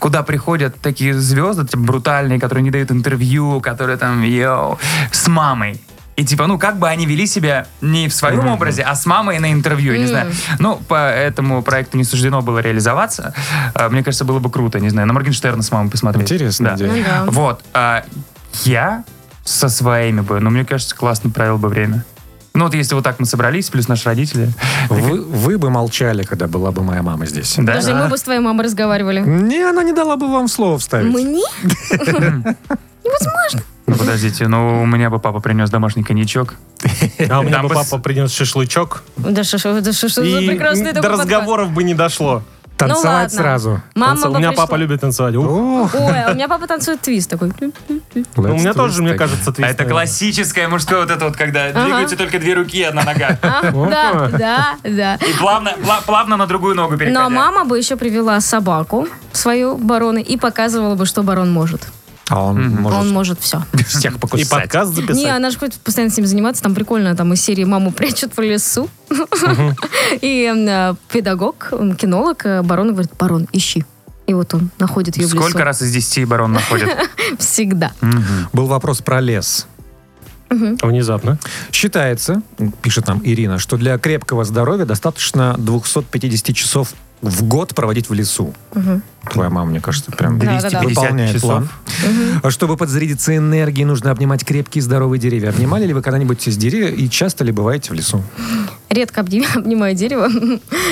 Speaker 4: куда приходят такие звезды, типа, брутальные, которые не дают интервью, которые там, йоу, с мамой. И типа, ну, как бы они вели себя не в своем образе, а с мамой на интервью, я не знаю. Ну, по этому проекту не суждено было реализоваться. А, Мне кажется, было бы круто, не знаю, на Моргенштерна с мамой посмотреть.
Speaker 3: Интересная
Speaker 4: Да.
Speaker 3: идея.
Speaker 5: Ну да.
Speaker 4: Вот. а я со своими бы, ну, мне кажется, классно провел бы время. Ну, вот если вот так мы собрались, плюс наши родители.
Speaker 3: Вы, вы бы молчали, когда была бы моя мама здесь.
Speaker 4: Да?
Speaker 5: Даже мы бы с твоей мамой разговаривали.
Speaker 3: Не, она не дала бы вам слово вставить.
Speaker 5: Мне?
Speaker 4: Ну, подождите, ну, у меня бы папа принес домашний коньячок.
Speaker 2: А мне
Speaker 4: Там
Speaker 2: бы
Speaker 4: бы с-
Speaker 2: папа принес шашлычок.
Speaker 5: Да что, ж- да что, ж за
Speaker 2: И
Speaker 5: прекрасный
Speaker 2: до
Speaker 5: такой
Speaker 2: разговоров бы не дошло.
Speaker 5: подкаст. Ну
Speaker 3: Танцевать
Speaker 5: ладно.
Speaker 3: сразу.
Speaker 5: Мама
Speaker 2: Танцев-
Speaker 5: бы
Speaker 2: У меня
Speaker 5: пришла.
Speaker 2: папа любит танцевать. У,
Speaker 3: Ох,
Speaker 5: Ой, а у меня папа танцует твист такой.
Speaker 2: ну, у меня
Speaker 3: let's
Speaker 2: тоже,
Speaker 3: twist
Speaker 2: мне
Speaker 3: again.
Speaker 2: кажется,
Speaker 4: А
Speaker 2: твист,
Speaker 4: это
Speaker 2: наверное.
Speaker 4: классическое мужское вот это вот, когда двигаются только две руки и одна нога.
Speaker 5: А, Да, да, да.
Speaker 4: И плавно, пла- плавно на другую ногу переходя.
Speaker 5: Но мама бы еще привела собаку свою барона и показывала бы, что барон может.
Speaker 3: А он
Speaker 5: Он
Speaker 3: может
Speaker 5: может все.
Speaker 3: всех
Speaker 2: И
Speaker 3: покусать.
Speaker 2: подкаст
Speaker 5: Не, а
Speaker 2: записать.
Speaker 5: она же хоть постоянно с ним заниматься, там прикольно, там из серии «Маму прячут в лесу». И э, педагог, м, кинолог, э, барон говорит, барон, ищи. И вот он находит ее в лесу.
Speaker 4: Сколько раз из 10 барон находит?
Speaker 5: Всегда.
Speaker 3: Был вопрос про лес.
Speaker 5: ну.
Speaker 2: Внезапно.
Speaker 3: Считается, пишет нам Ирина, что для крепкого здоровья достаточно 250 часов в год проводить в лесу. Твоя мама, мне кажется, прям
Speaker 5: Да-да-да.
Speaker 3: выполняет
Speaker 4: 250 часов.
Speaker 3: план. А Чтобы подзарядиться энергией, нужно обнимать крепкие здоровые деревья. Обнимали ли вы когда-нибудь из деревья и часто ли бываете в лесу?
Speaker 5: Редко обни- обнимаю дерево.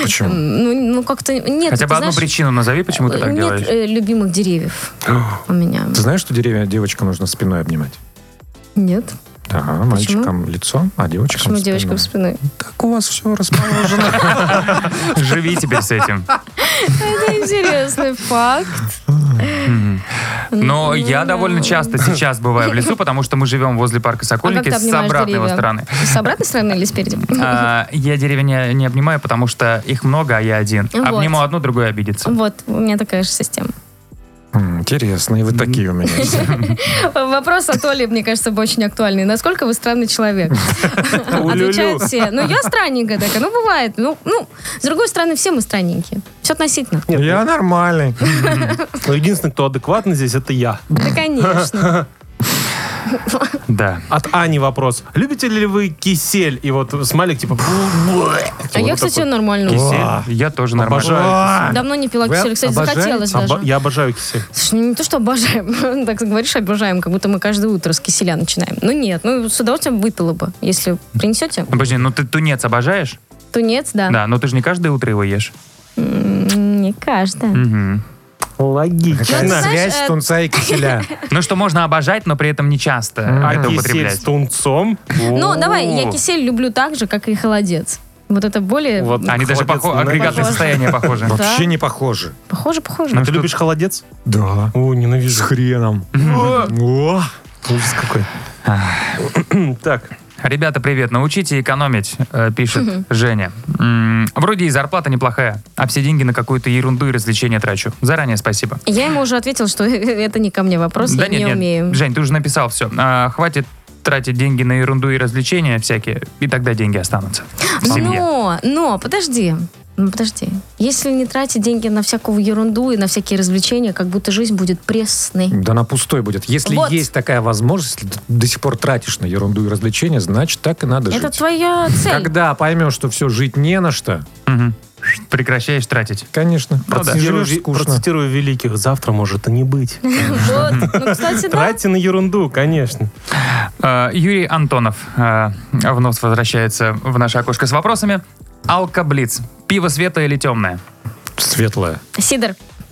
Speaker 3: Почему?
Speaker 5: Ну, ну как-то нет.
Speaker 4: Хотя
Speaker 5: ты
Speaker 4: бы одну
Speaker 5: знаешь,
Speaker 4: причину назови, почему ты так
Speaker 5: нет
Speaker 4: делаешь.
Speaker 5: э, любимых деревьев у меня.
Speaker 3: Ты знаешь, что деревья девочкам нужно спиной обнимать?
Speaker 5: Нет.
Speaker 3: Ага, мальчикам лицо, а девочкам
Speaker 5: Почему
Speaker 3: спину.
Speaker 5: девочкам спиной?
Speaker 3: Так у вас все расположено.
Speaker 4: Живи теперь с этим.
Speaker 5: Это интересный факт. Ну
Speaker 4: Но я довольно часто сейчас бываю в лесу, потому что мы живем возле парка Сокольники
Speaker 5: А как
Speaker 4: с
Speaker 5: ты обнимаешь
Speaker 4: обратной его
Speaker 5: деревья?
Speaker 4: стороны.
Speaker 5: С обратной стороны или спереди?
Speaker 4: А, Я деревья не, не обнимаю, потому что их много, а я один.
Speaker 5: Вот.
Speaker 4: Обниму одну, другой обидится.
Speaker 5: Вот, у меня такая же система.
Speaker 3: М, Интересно, и вы такие у меня.
Speaker 5: Вопрос от Оли, мне кажется, бы очень актуальный. Насколько вы странный человек? Отвечают все. Ну, я странненькая такая. Ну, бывает. Ну, ну, с другой стороны, все мы странненькие. Все относительно.
Speaker 3: Я нормальный.
Speaker 2: Но единственный, кто адекватный здесь, это я.
Speaker 5: Да, конечно.
Speaker 4: Да.
Speaker 2: От Ани вопрос. Любите ли вы кисель? И вот смайлик типа...
Speaker 5: А я, кстати, нормально.
Speaker 4: Кисель. Я тоже нормально.
Speaker 3: Обожаю.
Speaker 5: Давно не пила
Speaker 3: Вы
Speaker 5: кисель. Кстати,
Speaker 3: обожаете?
Speaker 5: захотелось
Speaker 2: Обо-
Speaker 5: даже.
Speaker 2: Я обожаю кисель.
Speaker 5: Слушай, ну не то, что обожаем. ну, Так говоришь, обожаем, как будто мы каждое утро с киселя начинаем. Ну нет, ну с удовольствием выпила бы. Если принесете,
Speaker 4: Ну, Подожди, ну ты тунец обожаешь?
Speaker 5: тунец, да.
Speaker 4: Да, но ты же не каждое утро его ешь.
Speaker 5: М, Не каждое.
Speaker 4: Мгм.
Speaker 5: Какая
Speaker 2: Логично.
Speaker 5: знаешь,
Speaker 3: Связь
Speaker 5: э,
Speaker 3: тунца и киселя.
Speaker 4: Ну что можно обожать, но при этом не часто
Speaker 2: А
Speaker 4: это
Speaker 2: кисель с
Speaker 4: употреблять.
Speaker 2: тунцом?
Speaker 5: Ну,
Speaker 4: О.
Speaker 5: давай, я кисель люблю так же, как и холодец. Вот это более...
Speaker 2: Вот.
Speaker 4: Они даже
Speaker 2: Холодец,
Speaker 4: похо-
Speaker 2: ну,
Speaker 4: агрегатные
Speaker 5: похоже.
Speaker 4: состояния похожи.
Speaker 3: Вообще не похоже.
Speaker 5: Похоже, похоже.
Speaker 2: Ты любишь холодец?
Speaker 3: Да.
Speaker 2: О,
Speaker 3: С
Speaker 2: ненавижу.
Speaker 3: хреном. О.
Speaker 2: Ужас какой. Так,
Speaker 4: Ребята, привет. Научите экономить, э, пишет Женя. М, Вроде и зарплата неплохая, а все деньги на какую-то ерунду и развлечения трачу. Заранее спасибо.
Speaker 5: Я ему уже ответил, что это не ко мне вопрос, я не умею.
Speaker 4: Жень, ты уже написал все. хватит тратить деньги на ерунду и развлечения всякие, и тогда деньги останутся. в
Speaker 5: Ну,
Speaker 4: семье.
Speaker 5: Но, но, подожди. Ну, подожди. Если не тратить деньги на всякую ерунду и на всякие развлечения, как будто жизнь будет пресной.
Speaker 3: Да она пустой будет. Если
Speaker 5: Вот.
Speaker 3: есть такая возможность, если ты до сих пор тратишь на ерунду и развлечения, значит, так и надо
Speaker 5: Это
Speaker 3: жить.
Speaker 5: твоя цель.
Speaker 3: Когда поймешь, что все, жить не на что,
Speaker 4: Мгм. Прекращаешь тратить.
Speaker 3: конечно,
Speaker 4: Ну да.
Speaker 3: процитируешь,
Speaker 2: процитирую,
Speaker 3: скучно.
Speaker 2: процитирую великих. Завтра может и не быть.
Speaker 5: Вот. Ну, кстати, да.
Speaker 2: Тратьте на ерунду, конечно.
Speaker 4: Э, Юрий Антонов э, вновь возвращается в наше окошко с вопросами. Алкоблиц. Пиво светлое или темное?
Speaker 3: Светлое.
Speaker 5: Сидор.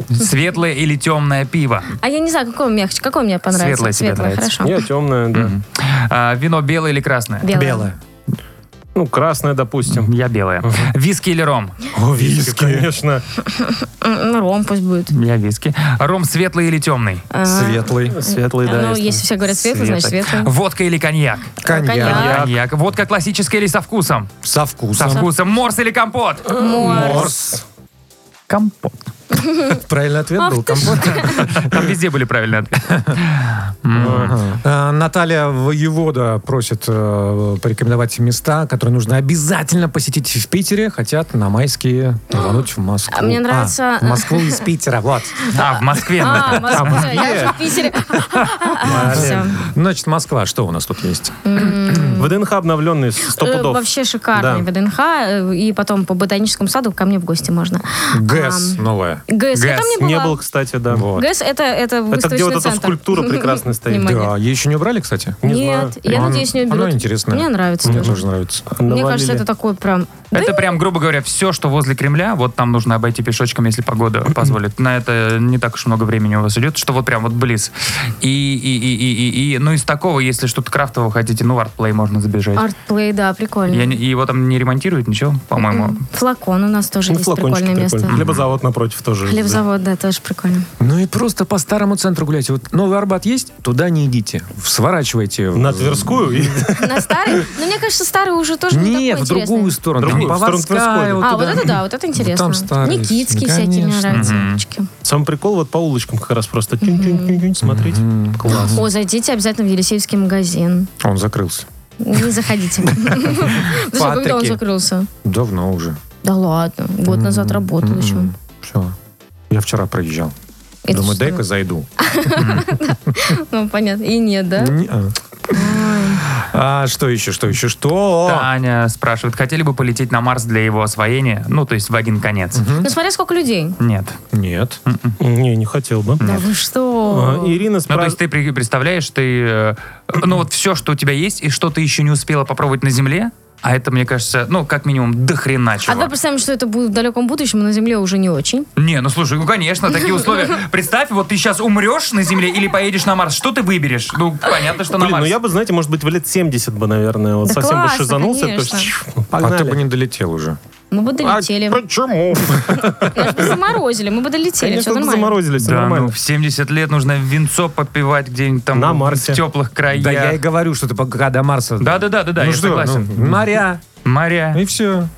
Speaker 4: Светлое или темное пиво?
Speaker 5: А я не знаю, какое мягче, какое мне понравится.
Speaker 4: Светлое тебе нравится.
Speaker 5: хорошо.
Speaker 2: Я темная, да.
Speaker 4: А, Вино белое или красное?
Speaker 5: Белое.
Speaker 2: Ну, красная, допустим.
Speaker 4: Я белое. Виски или ром?
Speaker 3: О,
Speaker 2: Виски, конечно.
Speaker 5: М, Ну, ром пусть будет.
Speaker 4: Я виски. Ром светлый или темный?
Speaker 5: А,
Speaker 3: Светлый.
Speaker 2: Светлый, да.
Speaker 5: Ну, если все говорят светлый, значит светлый.
Speaker 4: Водка или коньяк?
Speaker 5: Коньяк.
Speaker 3: Коньяк.
Speaker 5: Так.
Speaker 4: Коньяк. Водка классическая или со вкусом?
Speaker 3: Со
Speaker 4: Со
Speaker 3: вкусом.
Speaker 4: вкусом. Морс или компот?
Speaker 3: Морс.
Speaker 4: Компот.
Speaker 3: Правильный ответ был. компот.
Speaker 4: Там везде были правильные ответы.
Speaker 3: А, Наталья Воевода просит э, порекомендовать места, которые нужно обязательно посетить в Питере, хотят на майские рвануть в Москву.
Speaker 5: А мне нравится-
Speaker 3: А, в Москву из Питера, вот.
Speaker 4: А, в Москве.
Speaker 5: А, Москва. Я же в Питере. А, Все.
Speaker 3: Значит, Москва, что у нас тут есть?
Speaker 2: ВДНХ обновленный, сто
Speaker 5: Э,
Speaker 2: пудов.
Speaker 5: Вообще шикарный
Speaker 2: Да.
Speaker 5: ВДНХ. э, И потом по ботаническому саду ко мне в гости можно.
Speaker 3: ГЭС
Speaker 5: Ам,
Speaker 3: новая.
Speaker 5: ГЭС. Я
Speaker 4: ГЭС.
Speaker 5: там не
Speaker 2: Не
Speaker 5: была.
Speaker 2: был, кстати, да.
Speaker 3: Вот.
Speaker 5: ГЭС это, это
Speaker 2: Это
Speaker 5: выставочный
Speaker 2: где вот эта
Speaker 5: центр.
Speaker 2: скульптура прекрасная стоит.
Speaker 5: Внимание.
Speaker 3: Да, ее еще не убрали, кстати?
Speaker 2: Не
Speaker 5: Нет,
Speaker 2: знаю.
Speaker 5: я
Speaker 3: Он-
Speaker 5: надеюсь, не уберут.
Speaker 3: Оно интересное.
Speaker 5: Мне нравится.
Speaker 3: Мне
Speaker 5: даже.
Speaker 3: тоже нравится.
Speaker 5: Мне
Speaker 2: Навалили.
Speaker 5: кажется, это такой прям... Да
Speaker 4: Это прям, грубо говоря, все, что возле Кремля, вот там нужно обойти пешочком, если погода позволит. На это не так уж много времени у вас идет, что вот прям вот близ. И, и, и, и, и, и ну из такого, если что-то крафтового хотите, ну в артплей можно забежать.
Speaker 5: Артплей, да, прикольно.
Speaker 4: Я не- его там не ремонтируют, ничего, по-моему.
Speaker 5: Флакон у нас тоже
Speaker 2: Ну,
Speaker 5: есть
Speaker 2: флакончики
Speaker 5: прикольное
Speaker 2: прикольные.
Speaker 5: место.
Speaker 2: Хлебозавод напротив тоже.
Speaker 5: Хлебзавод, да, тоже прикольно.
Speaker 3: Ну и просто по старому центру гуляйте. Вот Новый Арбат есть? Туда не идите. Сворачивайте.
Speaker 2: Да. На Тверскую? и-
Speaker 5: На старый? Ну, мне кажется, старый уже тоже не
Speaker 3: Нет,
Speaker 5: такой
Speaker 3: в другую
Speaker 5: интересный.
Speaker 3: сторону.
Speaker 2: Другую,
Speaker 3: Там
Speaker 2: в сторону
Speaker 3: Поварская,
Speaker 2: Тверской.
Speaker 3: вот
Speaker 5: А, вот
Speaker 3: туда. Ну,
Speaker 5: это да, вот это интересно.
Speaker 3: там старый,
Speaker 5: Никитские
Speaker 3: ну,
Speaker 5: всякие мне
Speaker 3: конечно.
Speaker 5: нравятся.
Speaker 4: Мгм.
Speaker 5: улочки.
Speaker 2: Сам прикол вот по улочкам как раз просто. Тюнь-тюнь-тюнь-тюнь, смотрите. Класс.
Speaker 5: О, зайдите обязательно в Елисеевский магазин.
Speaker 3: Он закрылся.
Speaker 5: Не заходите. Слушай, когда он
Speaker 3: Патрики.
Speaker 5: закрылся?
Speaker 3: Давно уже.
Speaker 5: Да ладно, год назад работал еще.
Speaker 3: Все. Я вчера проезжал.
Speaker 5: Это
Speaker 3: Думаю,
Speaker 5: что?
Speaker 3: дай-ка зайду.
Speaker 5: Ну, понятно. И нет, да?
Speaker 3: Не, а. А что еще, что еще, что?
Speaker 4: Таня спрашивает, хотели бы полететь на Марс для его освоения? Ну, то есть в один конец.
Speaker 5: Ну, смотря сколько людей.
Speaker 4: Нет.
Speaker 3: Нет. А
Speaker 2: Не, не хотел бы.
Speaker 5: Да вы
Speaker 2: А,
Speaker 5: что?
Speaker 2: Ирина
Speaker 4: Ну, то
Speaker 2: спрашивает.
Speaker 4: есть ты при- представляешь, ты, э, ну, вот все, что у тебя есть, и что ты еще не успела попробовать на Земле, а это, мне кажется, ну, как минимум, до хрена
Speaker 5: А
Speaker 4: чего.
Speaker 5: давай представим, что это будет в далеком будущем, а на Земле уже не очень.
Speaker 4: Не, ну, слушай, ну, конечно, такие условия. Представь, вот ты сейчас умрешь на Земле или поедешь на Марс, что ты выберешь? Ну, понятно, что на
Speaker 2: Блин, ну
Speaker 4: Марс.
Speaker 2: я бы, знаете, может быть, в лет 70 бы, наверное, вот
Speaker 5: Да
Speaker 2: совсем бы
Speaker 5: классно,
Speaker 2: шизанулся. то есть,
Speaker 5: конечно.
Speaker 3: А ты бы
Speaker 2: Погнали.
Speaker 3: не долетел уже.
Speaker 5: Мы бы
Speaker 2: А,
Speaker 3: А,
Speaker 5: долетели.
Speaker 2: Почему?
Speaker 5: Нас бы заморозили, мы бы долетели. Все
Speaker 2: Конечно,
Speaker 5: нормально.
Speaker 2: заморозили, все
Speaker 4: Да, ну,
Speaker 2: нормально.
Speaker 4: в 70 лет нужно винцо попивать где-нибудь там
Speaker 2: На Марсе.
Speaker 4: в теплых краях.
Speaker 3: Да я и говорю, что ты пока до Марса.
Speaker 4: Да, да, да, да, да,
Speaker 3: Ну
Speaker 4: я
Speaker 3: что,
Speaker 4: согласен.
Speaker 3: ну, моря,
Speaker 4: моря.
Speaker 3: И все.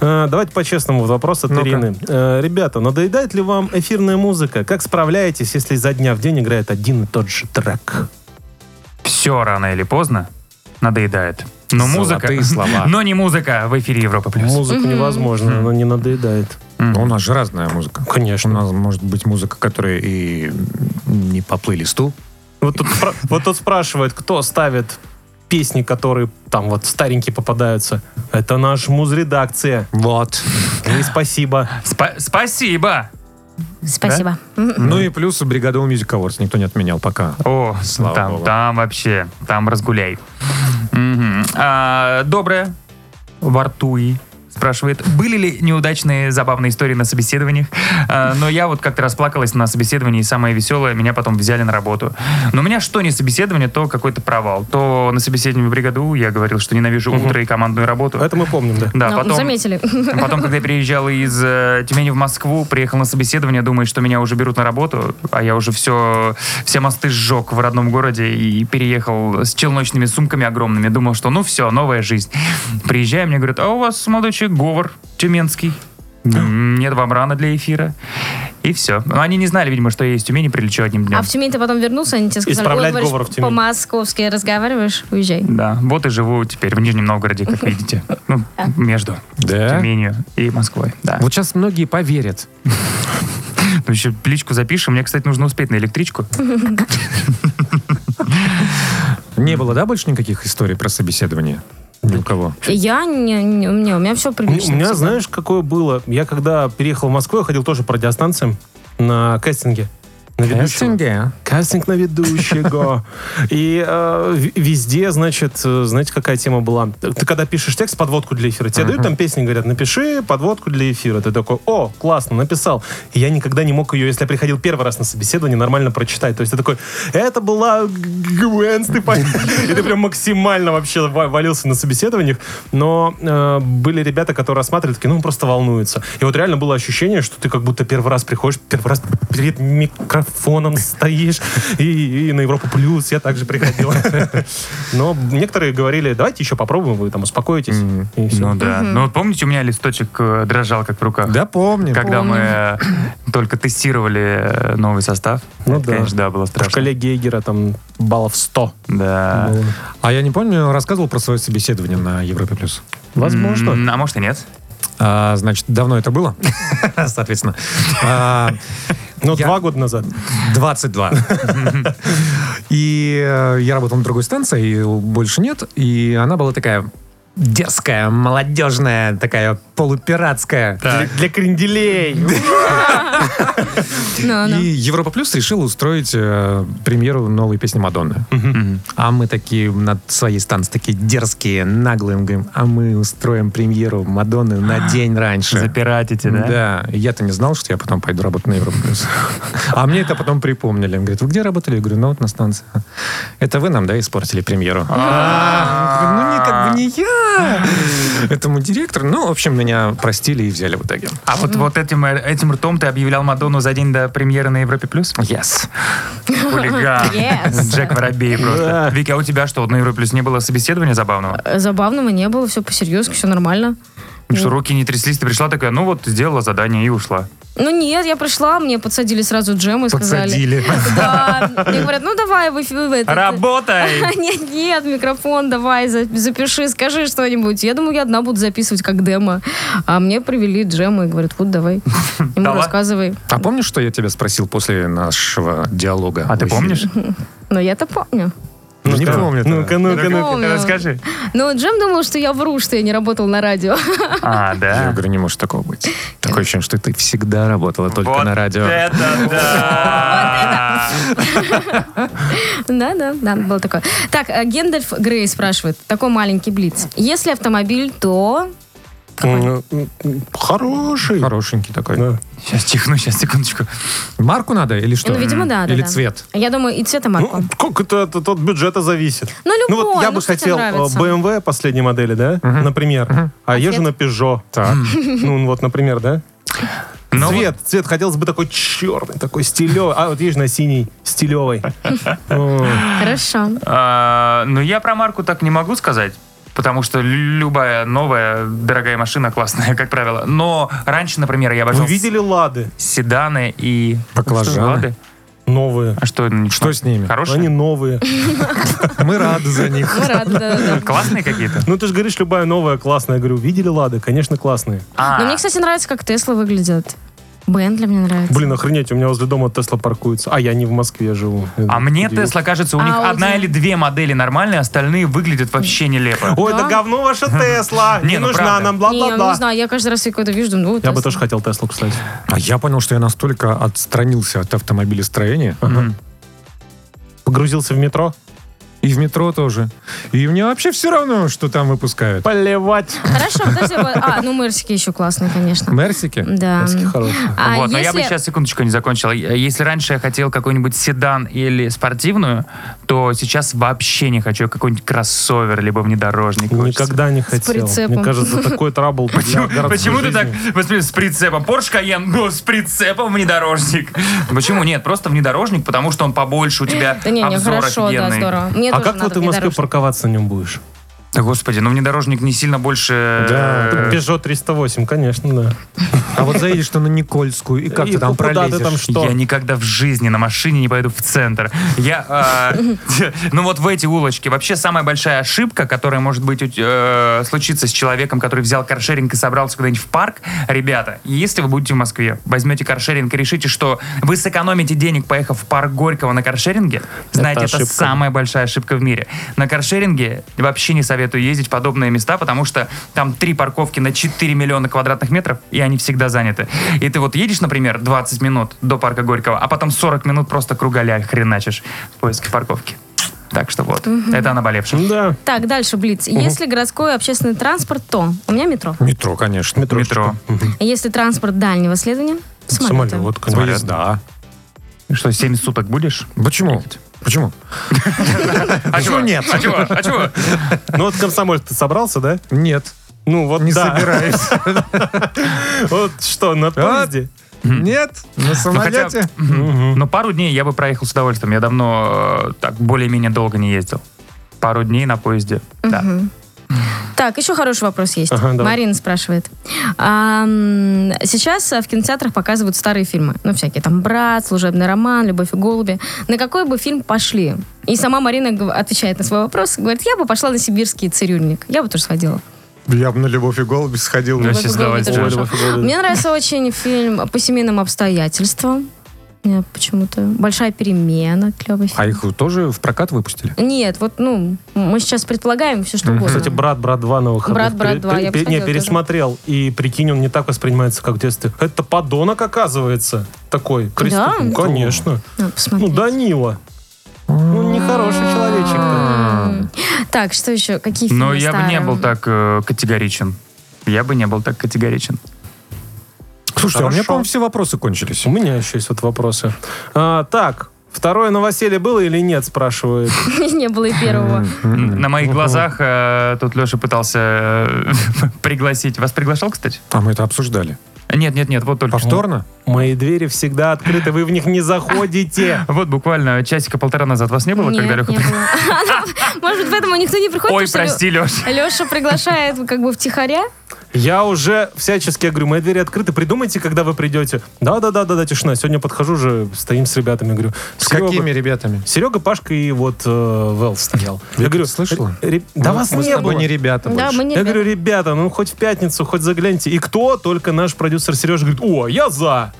Speaker 2: Э, Давайте по-честному вопрос от
Speaker 4: Ну-ка.
Speaker 2: Ирины. Э, Ребята, надоедает ли вам эфирная музыка? Как справляетесь, если изо дня в день играет один и тот же трек?
Speaker 4: Все рано или поздно надоедает. Но
Speaker 3: Золотые
Speaker 4: музыка...
Speaker 3: слова.
Speaker 4: Но не музыка в эфире Европа+. плюс.
Speaker 2: Музыку невозможно, она не надоедает. Ну,
Speaker 3: Ну, У нас же разная музыка. Конечно. У нас может быть музыка, которая и не по плейлисту.
Speaker 2: Вот тут, спра- вот тут спрашивают, кто ставит песни, которые там вот старенькие попадаются. Это наш муз-редакция.
Speaker 3: Вот.
Speaker 2: И спасибо.
Speaker 4: Спа- спасибо!
Speaker 5: Спасибо.
Speaker 3: Ну и плюс бригада Music Awards никто не отменял пока.
Speaker 4: О,
Speaker 3: Слава
Speaker 4: там,
Speaker 3: богу.
Speaker 4: там вообще, там разгуляй. Мгм. А, доброе. Вартуи спрашивает, были ли неудачные забавные истории на собеседованиях? А, но я вот как-то расплакалась на собеседовании, и самое веселое, меня потом взяли на работу. Но у меня что не собеседование, то какой-то провал. То на собеседовании в бригаду я говорил, что ненавижу утро и командную работу.
Speaker 2: Это мы помним, да.
Speaker 4: Да,
Speaker 5: Ну,
Speaker 4: потом,
Speaker 5: Заметили.
Speaker 4: А потом, когда я переезжал из э, Тюмени в Москву, приехал на собеседование, думаю, что меня уже берут на работу, а я уже все, все мосты сжег в родном городе и переехал с челночными сумками огромными. Думал, что ну все, новая жизнь. Приезжаю, мне говорят, а у вас, молодой человек, говор тюменский. М, Нет вам рано для эфира. И все. Но они не знали, видимо, что я из Тюмени прилечу одним днем.
Speaker 5: А в Тюмень ты потом вернулся, они тебе сказали,
Speaker 2: Исправлять
Speaker 5: «Ой,
Speaker 2: говор в
Speaker 5: говоришь,
Speaker 2: Тюмени».
Speaker 5: по-московски разговариваешь, уезжай.
Speaker 4: Да, вот и живу теперь в Нижнем Новгороде, как видите. Ну,
Speaker 5: А.
Speaker 4: между
Speaker 3: Да?
Speaker 4: Тюменью и Москвой. Да.
Speaker 3: Вот сейчас многие поверят.
Speaker 4: Ну, еще личку запишем. Мне, кстати, нужно успеть на электричку.
Speaker 3: Не было, да, больше никаких историй про собеседование? Ни у кого?
Speaker 5: Я не, не- у меня, у меня все
Speaker 3: Ну,
Speaker 2: У
Speaker 5: прилично.
Speaker 2: меня,
Speaker 5: всегда.
Speaker 2: знаешь, какое было? Я когда переехал в Москву, я ходил тоже по радиостанциям на кастинге. На ведущего.
Speaker 3: Кастинге.
Speaker 2: Кастинг на ведущего. И э, в- везде, значит, э, знаете, какая тема была? Ты когда пишешь текст, подводку для эфира, тебе дают там песни, говорят, напиши подводку для эфира. Ты такой, о, классно, написал. И я никогда не мог ее, если я приходил первый раз на собеседование, нормально прочитать. То есть ты такой, это была Гвен Стефани. И ты прям максимально вообще ва- валился на собеседованиях. Но э, были ребята, которые рассматривали, такие, ну, он просто волнуется. И вот реально было ощущение, что ты как будто первый раз приходишь, первый раз перед микрофоном стоишь. И, и на Европу Плюс я также приходил. Но некоторые говорили, давайте еще попробуем, вы там успокоитесь. И всё.
Speaker 4: Ну да. Ну вот помните, у меня листочек э, дрожал как в руках?
Speaker 3: Да, помню.
Speaker 4: Когда
Speaker 5: Помню.
Speaker 4: мы э, только тестировали э, новый состав.
Speaker 2: Ну
Speaker 4: Это,
Speaker 2: да.
Speaker 4: Конечно, да, было
Speaker 2: Потому что
Speaker 4: страшно.
Speaker 2: коллеги Эгера там баллов 100.
Speaker 4: Да.
Speaker 3: А я не помню, рассказывал про свое собеседование на Европе+. плюс.
Speaker 2: Возможно.
Speaker 4: М, А может и нет.
Speaker 3: А, значит, давно это было? Соответственно. А,
Speaker 2: Ну,
Speaker 3: Я-
Speaker 2: два года назад.
Speaker 3: 22. И э, я работал на другой станции, и больше нет. И она была такая детская, молодежная, такая полупиратская.
Speaker 2: Для, для кренделей.
Speaker 5: Ну, ну.
Speaker 3: И Европа Плюс решила устроить э, премьеру новой песни Мадонны. А мы такие на своей станции такие дерзкие, наглые. Мы говорим, а мы устроим премьеру Мадонны на день раньше.
Speaker 4: Запиратите, да?
Speaker 3: Да, и я-то не знал, что я потом пойду работать на Европу+. плюс. А мне это потом припомнили. Он говорит, вы где работали? Я говорю, ну вот на станции. Это вы нам, да, испортили премьеру? Ну, не как бы не я. Этому директору. Ну, в общем, меня простили и взяли в итоге.
Speaker 4: А вот, вот этим, э, этим ртом ты объявлял Мадонну за день до премьеры на Европе+. плюс?
Speaker 3: Yes.
Speaker 4: Хулиган.
Speaker 5: Yes.
Speaker 4: Джек Воробей просто. Вики, а у тебя что, на Европе+, плюс не было собеседования забавного?
Speaker 5: Э, Забавного не было, все по-серьезки, все нормально.
Speaker 4: Что руки не тряслись, ты пришла такая, ну вот, сделала задание и ушла.
Speaker 5: Ну нет, я пришла, мне подсадили сразу джем и сказали.
Speaker 3: Подсадили.
Speaker 5: Да. Мне говорят, ну давай в эфир. в этот-
Speaker 4: Работай!
Speaker 5: Нет, нет, микрофон давай, за- запиши, скажи что-нибудь. Я думаю, я одна буду записывать как демо. А мне привели джема и говорят, вот давай, ему
Speaker 4: Дала?
Speaker 5: рассказывай.
Speaker 3: А помнишь, что я тебя спросил после нашего диалога?
Speaker 4: А ты
Speaker 3: в эфире?
Speaker 4: помнишь?
Speaker 5: Но я-то помню.
Speaker 3: Ну, не
Speaker 2: что?
Speaker 3: помню.
Speaker 2: Ну-ка, ну-ка, ну-ка.
Speaker 5: Помню.
Speaker 4: Расскажи.
Speaker 5: Но ну, Джем думал, что я вру, что я не работал на радио.
Speaker 4: А,
Speaker 3: Я
Speaker 4: да.
Speaker 3: говорю, не может такого быть. Такое ощущение, что ты всегда работала только
Speaker 4: Вот
Speaker 3: на радио.
Speaker 4: это да!
Speaker 5: Да, да, да, было такое. Так, э, Гендальф Грей спрашивает, такой маленький блиц. Если автомобиль, то...
Speaker 2: М, м, м, Хороший.
Speaker 3: Хорошенький такой.
Speaker 2: Да.
Speaker 4: Сейчас чихну, сейчас, секундочку.
Speaker 3: Марку надо или что?
Speaker 5: Ну, видимо, да, да,
Speaker 3: Или
Speaker 5: да.
Speaker 3: цвет?
Speaker 5: Я думаю, и цвета марка.
Speaker 2: Ну, как это, это от бюджета зависит.
Speaker 5: Ну, любой,
Speaker 2: ну вот я
Speaker 5: ну,
Speaker 2: бы
Speaker 5: что тебе
Speaker 2: хотел э,
Speaker 5: нравится?
Speaker 2: BMW последней модели, да, например. А езжу на Peugeot. Ну, вот, например, да.
Speaker 4: Ну,
Speaker 2: цвет, цвет хотелось бы такой черный, такой стилевый. А вот езжу на синий, стилевый.
Speaker 5: Хорошо.
Speaker 4: а, Ну, я про марку так не могу сказать. потому что любая новая дорогая машина классная, как правило. Но раньше, например, я обожал
Speaker 2: Вы видели лады
Speaker 4: седаны и...
Speaker 3: Баклажаны.
Speaker 4: Лады.
Speaker 2: новые?
Speaker 4: А что, ну,
Speaker 3: Что с ними?
Speaker 4: Хорошие?
Speaker 2: Они новые.
Speaker 3: Мы рады за них.
Speaker 5: Мы рады, да-да-да.
Speaker 4: Классные какие-то?
Speaker 2: Ну, ты же говоришь, любая новая классная. Я говорю, видели лады? Конечно, классные.
Speaker 4: А,
Speaker 5: Но мне, кстати, нравится, как Тесла выглядит. Бентли мне нравится.
Speaker 2: Блин, охренеть, у меня возле дома Тесла паркуется. А я не в Москве живу.
Speaker 4: а мне
Speaker 2: Удивительно.
Speaker 4: Тесла кажется, у
Speaker 5: А
Speaker 4: них
Speaker 5: Audi?
Speaker 4: одна или две модели нормальные, остальные выглядят вообще нелепо.
Speaker 2: Ой, это говно ваша Тесла.
Speaker 4: Не,
Speaker 2: Не
Speaker 4: ну
Speaker 2: нужна
Speaker 4: правда.
Speaker 2: нам,
Speaker 5: не, я
Speaker 2: бла-бла-бла.
Speaker 5: не знаю, я каждый раз её какую-то вижу, думаю, «О,
Speaker 2: Я бы
Speaker 5: Тесла».
Speaker 2: тоже хотел Теслу, кстати.
Speaker 3: А я понял, что я настолько отстранился от автомобилестроения,
Speaker 4: Мгм.
Speaker 2: Погрузился в метро.
Speaker 3: и в метро тоже. И мне вообще все равно, что там выпускают.
Speaker 2: Плевать.
Speaker 5: Хорошо, подожди. вот- А, ну мерсики еще классные, конечно.
Speaker 3: Мерсики?
Speaker 5: Да.
Speaker 2: Мерсики хорошие.
Speaker 5: А
Speaker 4: вот, но я бы
Speaker 5: если-
Speaker 4: сейчас секундочку не закончил. Е- Если раньше я хотел какой-нибудь седан или спортивную, то сейчас вообще не хочу. Какой-нибудь кроссовер, либо внедорожник. хочется.
Speaker 2: Никогда не хотел.
Speaker 5: прицепом.
Speaker 2: Мне кажется, такой трабл для городской
Speaker 4: Почему ты
Speaker 2: жизни.
Speaker 4: так воспри- с прицепом? Porsche Cayenne, но с прицепом внедорожник. Почему нет? Просто внедорожник, потому что он побольше у тебя
Speaker 5: Да не, не,
Speaker 4: обзор
Speaker 5: хорошо, да,
Speaker 4: офигенный.
Speaker 5: здорово. Мне
Speaker 2: А
Speaker 5: тоже
Speaker 2: как
Speaker 5: надо
Speaker 2: вот ты в Москве
Speaker 5: внедорожник.
Speaker 2: парковаться на нем будешь?
Speaker 4: Да господи, ну внедорожник не сильно больше...
Speaker 3: Да.
Speaker 4: э,
Speaker 2: Peugeot 308, конечно, да.
Speaker 3: А вот заедешь ты на Никольскую, и как
Speaker 2: И
Speaker 3: ты там
Speaker 2: куда ты
Speaker 3: пролезешь?
Speaker 2: там что?
Speaker 4: Я никогда в жизни на машине не пойду в центр. Я, э, ну вот в эти улочки. Вообще самая большая ошибка, которая может быть у- э, случиться с человеком, который взял каршеринг и собрался куда-нибудь в парк, ребята, если вы будете в Москве, возьмете каршеринг и решите, что вы сэкономите денег, поехав в парк Горького на каршеринге, знаете, это,
Speaker 2: ошибка.
Speaker 4: самая большая ошибка в мире. На каршеринге вообще не советую ездить в подобные места, потому что там три парковки на 4 миллиона квадратных метров, и они всегда заняты. И ты вот едешь, например, 20 минут до парка Горького, а потом 40 минут просто круголя хреначишь в поиске парковки. Так что вот, это она болевшая.
Speaker 2: Да,
Speaker 5: Так, дальше, Блиц. Если городской общественный транспорт, то у меня метро. А
Speaker 3: Метро, конечно.
Speaker 2: метро.
Speaker 4: Метро.
Speaker 2: Хм.
Speaker 5: Если транспорт дальнего следования, самолеты.
Speaker 2: Самолет,
Speaker 3: Поезда.
Speaker 2: конечно.
Speaker 4: Что, 7 суток будешь?
Speaker 3: Почему? Почему?
Speaker 4: А чего?
Speaker 3: нет?
Speaker 4: А чего? А чего?
Speaker 2: Ну вот комсомоль ты собрался, да?
Speaker 3: Нет,
Speaker 2: Ну вот
Speaker 3: не
Speaker 2: да.
Speaker 3: собираюсь.
Speaker 2: Вот что, на поезде?
Speaker 3: Нет, на
Speaker 4: Ну, хотя-
Speaker 3: самолете.
Speaker 4: Мгм. Но пару дней я бы проехал с удовольствием. Я давно э, так более-менее долго не ездил. Пару дней на поезде. Да.
Speaker 5: Так, еще хороший вопрос есть.
Speaker 2: Ага, давай.
Speaker 5: Марина спрашивает. А, м, сейчас э, в кинотеатрах показывают старые фильмы. Ну, всякие там «Брат», «Служебный роман», «Любовь и голуби». На какой бы фильм пошли? И сама Марина гов- отвечает на свой вопрос. Говорит, я бы пошла на «Сибирский цирюльник». Я бы тоже сходила.
Speaker 3: Я бы на «Любовь и голуби» сходил.
Speaker 4: Вообще
Speaker 5: «Любовь и
Speaker 4: с
Speaker 5: голуби»
Speaker 4: удовольствием.
Speaker 5: тоже
Speaker 2: Ой,
Speaker 5: пошла.
Speaker 2: «Любовь и голуби».
Speaker 5: Мне нравится очень фильм «По семейным обстоятельствам». Э, Почему-то. «Большая перемена», клевый фильм.
Speaker 3: А их тоже в прокат выпустили?
Speaker 5: Нет, вот, ну, мы сейчас предполагаем все, что угодно.
Speaker 2: Кстати, брат, брат 2 на выходных.
Speaker 5: «Брат, брат
Speaker 2: Пере-
Speaker 5: 2», я
Speaker 2: пере-
Speaker 5: посмотрела
Speaker 2: Не, пересмотрел. И прикинь, он не так воспринимается, как в детстве. Это подонок, оказывается, такой. Кристоф. Ну, Конечно.
Speaker 5: Надо
Speaker 2: Ну,
Speaker 5: посмотреть.
Speaker 2: Данила. Ну, нехороший
Speaker 5: М-м-м.
Speaker 2: человечек.
Speaker 5: Так, что еще? Какие фильмы
Speaker 4: Но я бы не
Speaker 5: старые?
Speaker 4: был так э, категоричен. Я бы не был так категоричен.
Speaker 3: Слушайте, а у меня,
Speaker 4: Хорошо.
Speaker 3: по-моему, все вопросы кончились.
Speaker 2: У меня еще есть вот вопросы. А, Так, второе новоселье было или нет, спрашивает.
Speaker 5: Не было и первого.
Speaker 4: Н- На моих глазах э, тут Леша пытался э, пригласить. Вас приглашал, кстати?
Speaker 3: А мы это обсуждали.
Speaker 4: Нет, нет, нет,
Speaker 3: Ну,
Speaker 4: вот только что.
Speaker 3: Повторно?
Speaker 2: Мои двери всегда открыты, вы в них не заходите.
Speaker 4: Вот буквально часика полтора назад вас не было,
Speaker 5: Нет,
Speaker 4: когда Леха...
Speaker 5: не
Speaker 4: при-
Speaker 5: было. Она- Может быть, поэтому никто не приходит, потому
Speaker 4: Ой,
Speaker 5: что
Speaker 4: прости, Леша.
Speaker 5: Лё- Лёша приглашает как бы втихаря.
Speaker 2: Я уже всячески я говорю, мои двери открыты, придумайте, когда вы придете. Да-да-да-да, тишина. Сегодня подхожу же, стоим с ребятами, говорю.
Speaker 3: С
Speaker 2: «Серёга,
Speaker 3: какими ребятами?
Speaker 2: Серега, Пашка и вот э, Вэл стоял.
Speaker 3: Я
Speaker 2: говорю,
Speaker 3: тут слышала.
Speaker 2: «Ре- ре- да
Speaker 3: Мы-
Speaker 2: вас
Speaker 3: мы с
Speaker 2: не
Speaker 3: тобой
Speaker 2: было.
Speaker 3: не ребята
Speaker 5: Да,
Speaker 3: больше.
Speaker 5: мы не
Speaker 2: я
Speaker 5: ребята.
Speaker 2: говорю, ребята, ну хоть в пятницу, хоть загляньте. И кто? Только наш продюсер Сережа говорит, о, я за.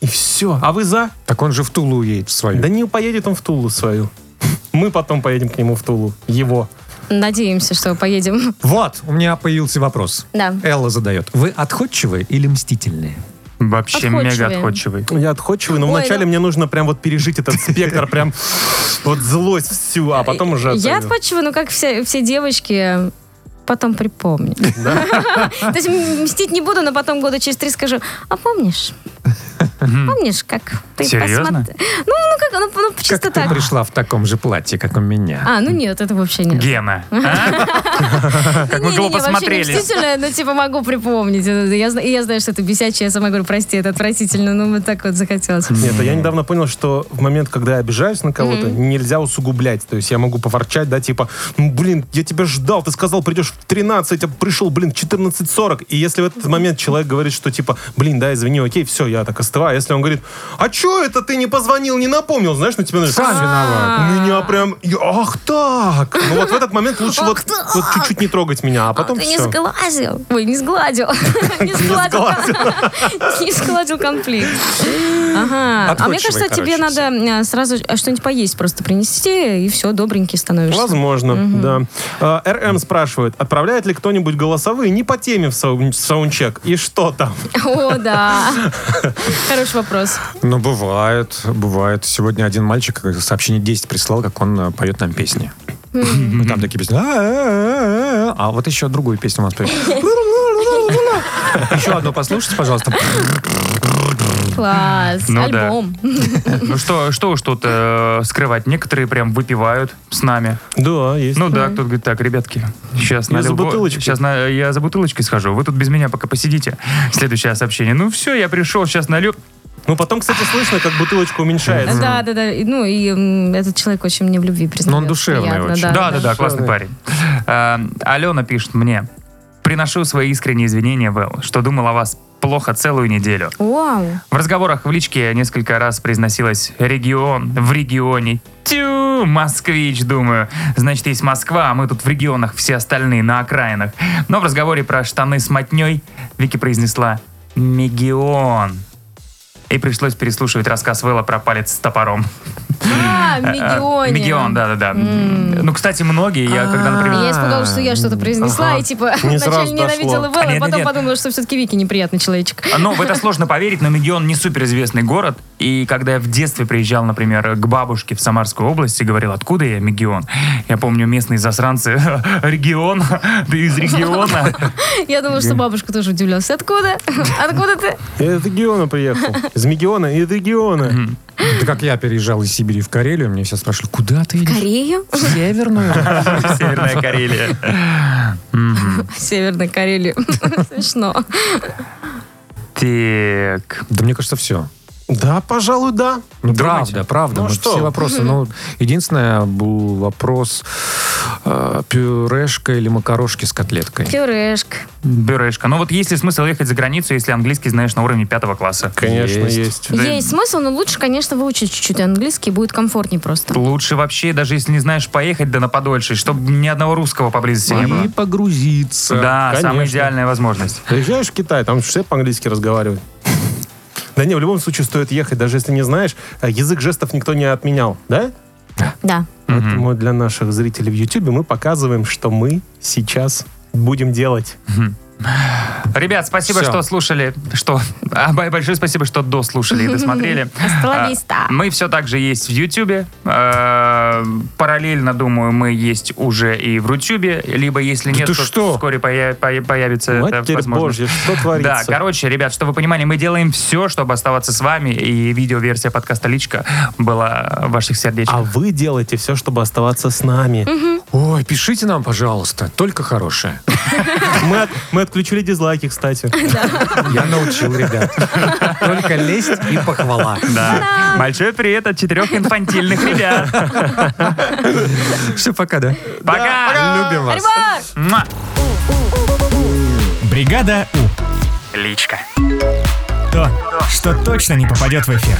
Speaker 2: И все. А вы за?
Speaker 3: Так он же в Тулу едет в свою.
Speaker 2: Да не поедет он в Тулу свою. Мы потом поедем к нему в Тулу. Его.
Speaker 5: Надеемся, что поедем.
Speaker 3: Вот, у меня появился вопрос.
Speaker 5: Да.
Speaker 3: Элла задает. Вы отходчивые или мстительные?
Speaker 4: Вообще мега
Speaker 5: Отходчивый.
Speaker 4: отходчивый.
Speaker 2: Я отходчивый, но
Speaker 5: Ой,
Speaker 2: вначале
Speaker 5: ну-
Speaker 2: мне нужно прям вот пережить этот спектр, прям вот злость всю, а потом уже...
Speaker 5: Я
Speaker 2: отойду.
Speaker 5: отпачиваю, ну как все, все девочки, потом припомню. То есть м- мстить не буду, но потом года через три скажу, а помнишь? Помнишь, как ты
Speaker 4: Серьезно?
Speaker 5: посмотр- Ну, ну как, ну, ну, чисто
Speaker 3: Как ты
Speaker 5: так.
Speaker 3: пришла в таком же платье, как у меня?
Speaker 5: А, ну нет, это вообще нет.
Speaker 4: Гена. а? Как мы
Speaker 5: Не-не-не,
Speaker 4: глупо
Speaker 5: вообще не
Speaker 4: смотрели.
Speaker 5: мстительная, но типа могу припомнить. Я, зна- я знаю, что это бесячее, я сама говорю, прости, это отвратительно, но вот так вот захотелось.
Speaker 2: Нет, а я недавно понял, что в момент, когда я обижаюсь на кого-то, нельзя усугублять. То есть я могу поворчать, да, типа, «Ну, блин, я тебя ждал, ты сказал, придешь в 13, а пришел, блин, в 14.40. И если в этот момент человек говорит, что типа, блин, да, извини, окей, все, я так остываю. Если он говорит, а че это ты не позвонил, не напомнил, знаешь, ну, типа, на тебя...
Speaker 5: А,
Speaker 2: знаешь,
Speaker 3: Сам виноват.
Speaker 2: Меня прям, я- ах так! Ну вот в этот момент лучше вот вот чуть-чуть не трогать меня, а потом
Speaker 5: Ты не
Speaker 2: все.
Speaker 5: сглазил. Ой, не сгладил. Не сгладил. Не сгладил конфликт. Ага. А мне
Speaker 3: Отходчивый,
Speaker 5: кажется, тебе
Speaker 3: короче,
Speaker 5: надо э, сразу э, что-нибудь поесть просто принести, и все, добренький становишься.
Speaker 2: Возможно, да. Э, РМ спрашивает, отправляет ли кто-нибудь голосовые не по теме в саун- саундчек? И что там?
Speaker 5: О, да. Хороший вопрос.
Speaker 3: Ну, бывает, бывает. Сегодня один мальчик сообщение 10 прислал, как он э, поет нам песни. Ну, Там такие песни. «А-а-а-а-а». А вот еще другую песню у нас поет. Еще одну послушайте, пожалуйста.
Speaker 5: Класс.
Speaker 4: Ну да.
Speaker 5: Альбом.
Speaker 4: Ну что, что уж тут э, скрывать? Некоторые прям выпивают с нами.
Speaker 2: Да, есть.
Speaker 4: Ну да, кто-то говорит, так, ребятки, сейчас
Speaker 2: Я за бутылочкой.
Speaker 4: Сейчас я за бутылочкой схожу. Вы тут без меня пока посидите. Следующее сообщение. Ну все, я пришел, сейчас налью.
Speaker 2: Ну потом, кстати, слышно, как бутылочка уменьшается.
Speaker 5: Да, да, да. И, Ну, и м, этот человек очень мне в любви признался.
Speaker 3: душевный очень.
Speaker 4: Да, да, да, классный парень. Э, Алена пишет мне. Приношу свои искренние извинения, Вэл, что думал о вас плохо целую неделю.
Speaker 5: Вау.
Speaker 4: В разговорах в личке несколько раз произносилось «регион», «в регионе», «тю», «москвич», думаю. Значит, есть Москва, а мы тут в регионах, все остальные на окраинах. Но в разговоре про штаны с мотней Вики произнесла «мегион». И пришлось переслушивать рассказ Вэлла про палец с топором.
Speaker 5: А,
Speaker 4: Э,
Speaker 5: Мегионе.
Speaker 4: Мегион, да-да-да. Ну, кстати, многие, я когда, например...
Speaker 5: Я испугалась, что я что-то произнесла,
Speaker 4: Ага.
Speaker 5: и типа
Speaker 2: Не
Speaker 5: вначале
Speaker 2: сразу
Speaker 5: ненавидела Вэлла,
Speaker 2: дошло.
Speaker 5: а
Speaker 4: Нет, нет,
Speaker 5: потом
Speaker 4: нет.
Speaker 5: подумала, что все-таки Вики неприятный человечек.
Speaker 4: Ну, в это сложно поверить, но Мегион не суперизвестный город. И когда я в детстве приезжал, например, к бабушке в Самарскую область и говорил, откуда я, Мегион? Я помню, местные засранцы, регион, ты из региона.
Speaker 5: Я думала, что бабушка тоже удивлялась. Откуда? Откуда ты?
Speaker 2: Я из региона приехал. Из Мегиона и из региона.
Speaker 3: Это как я переезжал из Сибири в Карелию, мне все спрашивали, куда ты едешь?
Speaker 5: Корею?
Speaker 3: В Северную.
Speaker 4: Северная Карелия.
Speaker 5: Северной Карелии. Смешно.
Speaker 4: Так.
Speaker 3: Да мне кажется, все.
Speaker 2: Да, пожалуй, да.
Speaker 3: Ну,
Speaker 2: Думаете?
Speaker 3: правда, правда.
Speaker 2: Ну,
Speaker 3: Мы
Speaker 2: что?
Speaker 3: Все вопросы. Ну, единственное, был вопрос э, пюрешка или макарошки с котлеткой.
Speaker 5: Пюрешка.
Speaker 4: Бюрешка. Ну вот есть ли смысл ехать за границу, если английский знаешь на уровне пятого класса?
Speaker 2: Конечно,
Speaker 3: Есть.
Speaker 2: есть.
Speaker 4: Да.
Speaker 5: Есть смысл, но лучше, конечно, выучить чуть-чуть английский, будет комфортнее просто.
Speaker 4: Лучше вообще, даже если не знаешь, поехать да на подольше, чтобы ни одного русского поблизости не было.
Speaker 3: И погрузиться.
Speaker 4: Да, самая
Speaker 2: конечно.
Speaker 4: идеальная возможность.
Speaker 2: Приезжаешь в Китай, там все по-английски разговаривают. Да не, в любом случае стоит ехать, даже если не знаешь. Э, Язык жестов никто не отменял, да?
Speaker 5: Да.
Speaker 2: Поэтому для наших зрителей в Ютубе мы показываем, что мы сейчас будем делать.
Speaker 4: Ребят, спасибо,
Speaker 3: Всё.
Speaker 4: что слушали. Что? А, б- Большое спасибо, что дослушали и досмотрели.
Speaker 5: Hasta la vista.
Speaker 4: А, Мы все также есть в Ютубе. Э, Параллельно, думаю, мы есть уже и в Рутюбе. Либо, если нет,
Speaker 3: ты
Speaker 4: то
Speaker 3: что?
Speaker 4: вскоре поя- поя- появится эта
Speaker 2: Матерь
Speaker 4: возможность.
Speaker 2: Божья, что
Speaker 4: Да,
Speaker 2: творится?
Speaker 4: короче, ребят, чтобы вы понимали, мы делаем все, чтобы оставаться с вами, и видеоверсия подкаста «Личка» была в ваших сердечках.
Speaker 2: А вы делаете все, чтобы оставаться с нами.
Speaker 3: Ой, пишите нам, пожалуйста, только хорошее.
Speaker 2: Мы, от- мы отключили дизлайки, кстати.
Speaker 3: Я научил ребят. Только лесть и похвала.
Speaker 4: Да.
Speaker 3: А.
Speaker 4: Большой привет от четырех инфантильных ребят.
Speaker 3: Все, пока, да.
Speaker 4: Пока!
Speaker 3: Любим вас.
Speaker 4: Муа.
Speaker 6: Бригада У.
Speaker 4: Личка.
Speaker 6: То, что точно не попадет в эфир.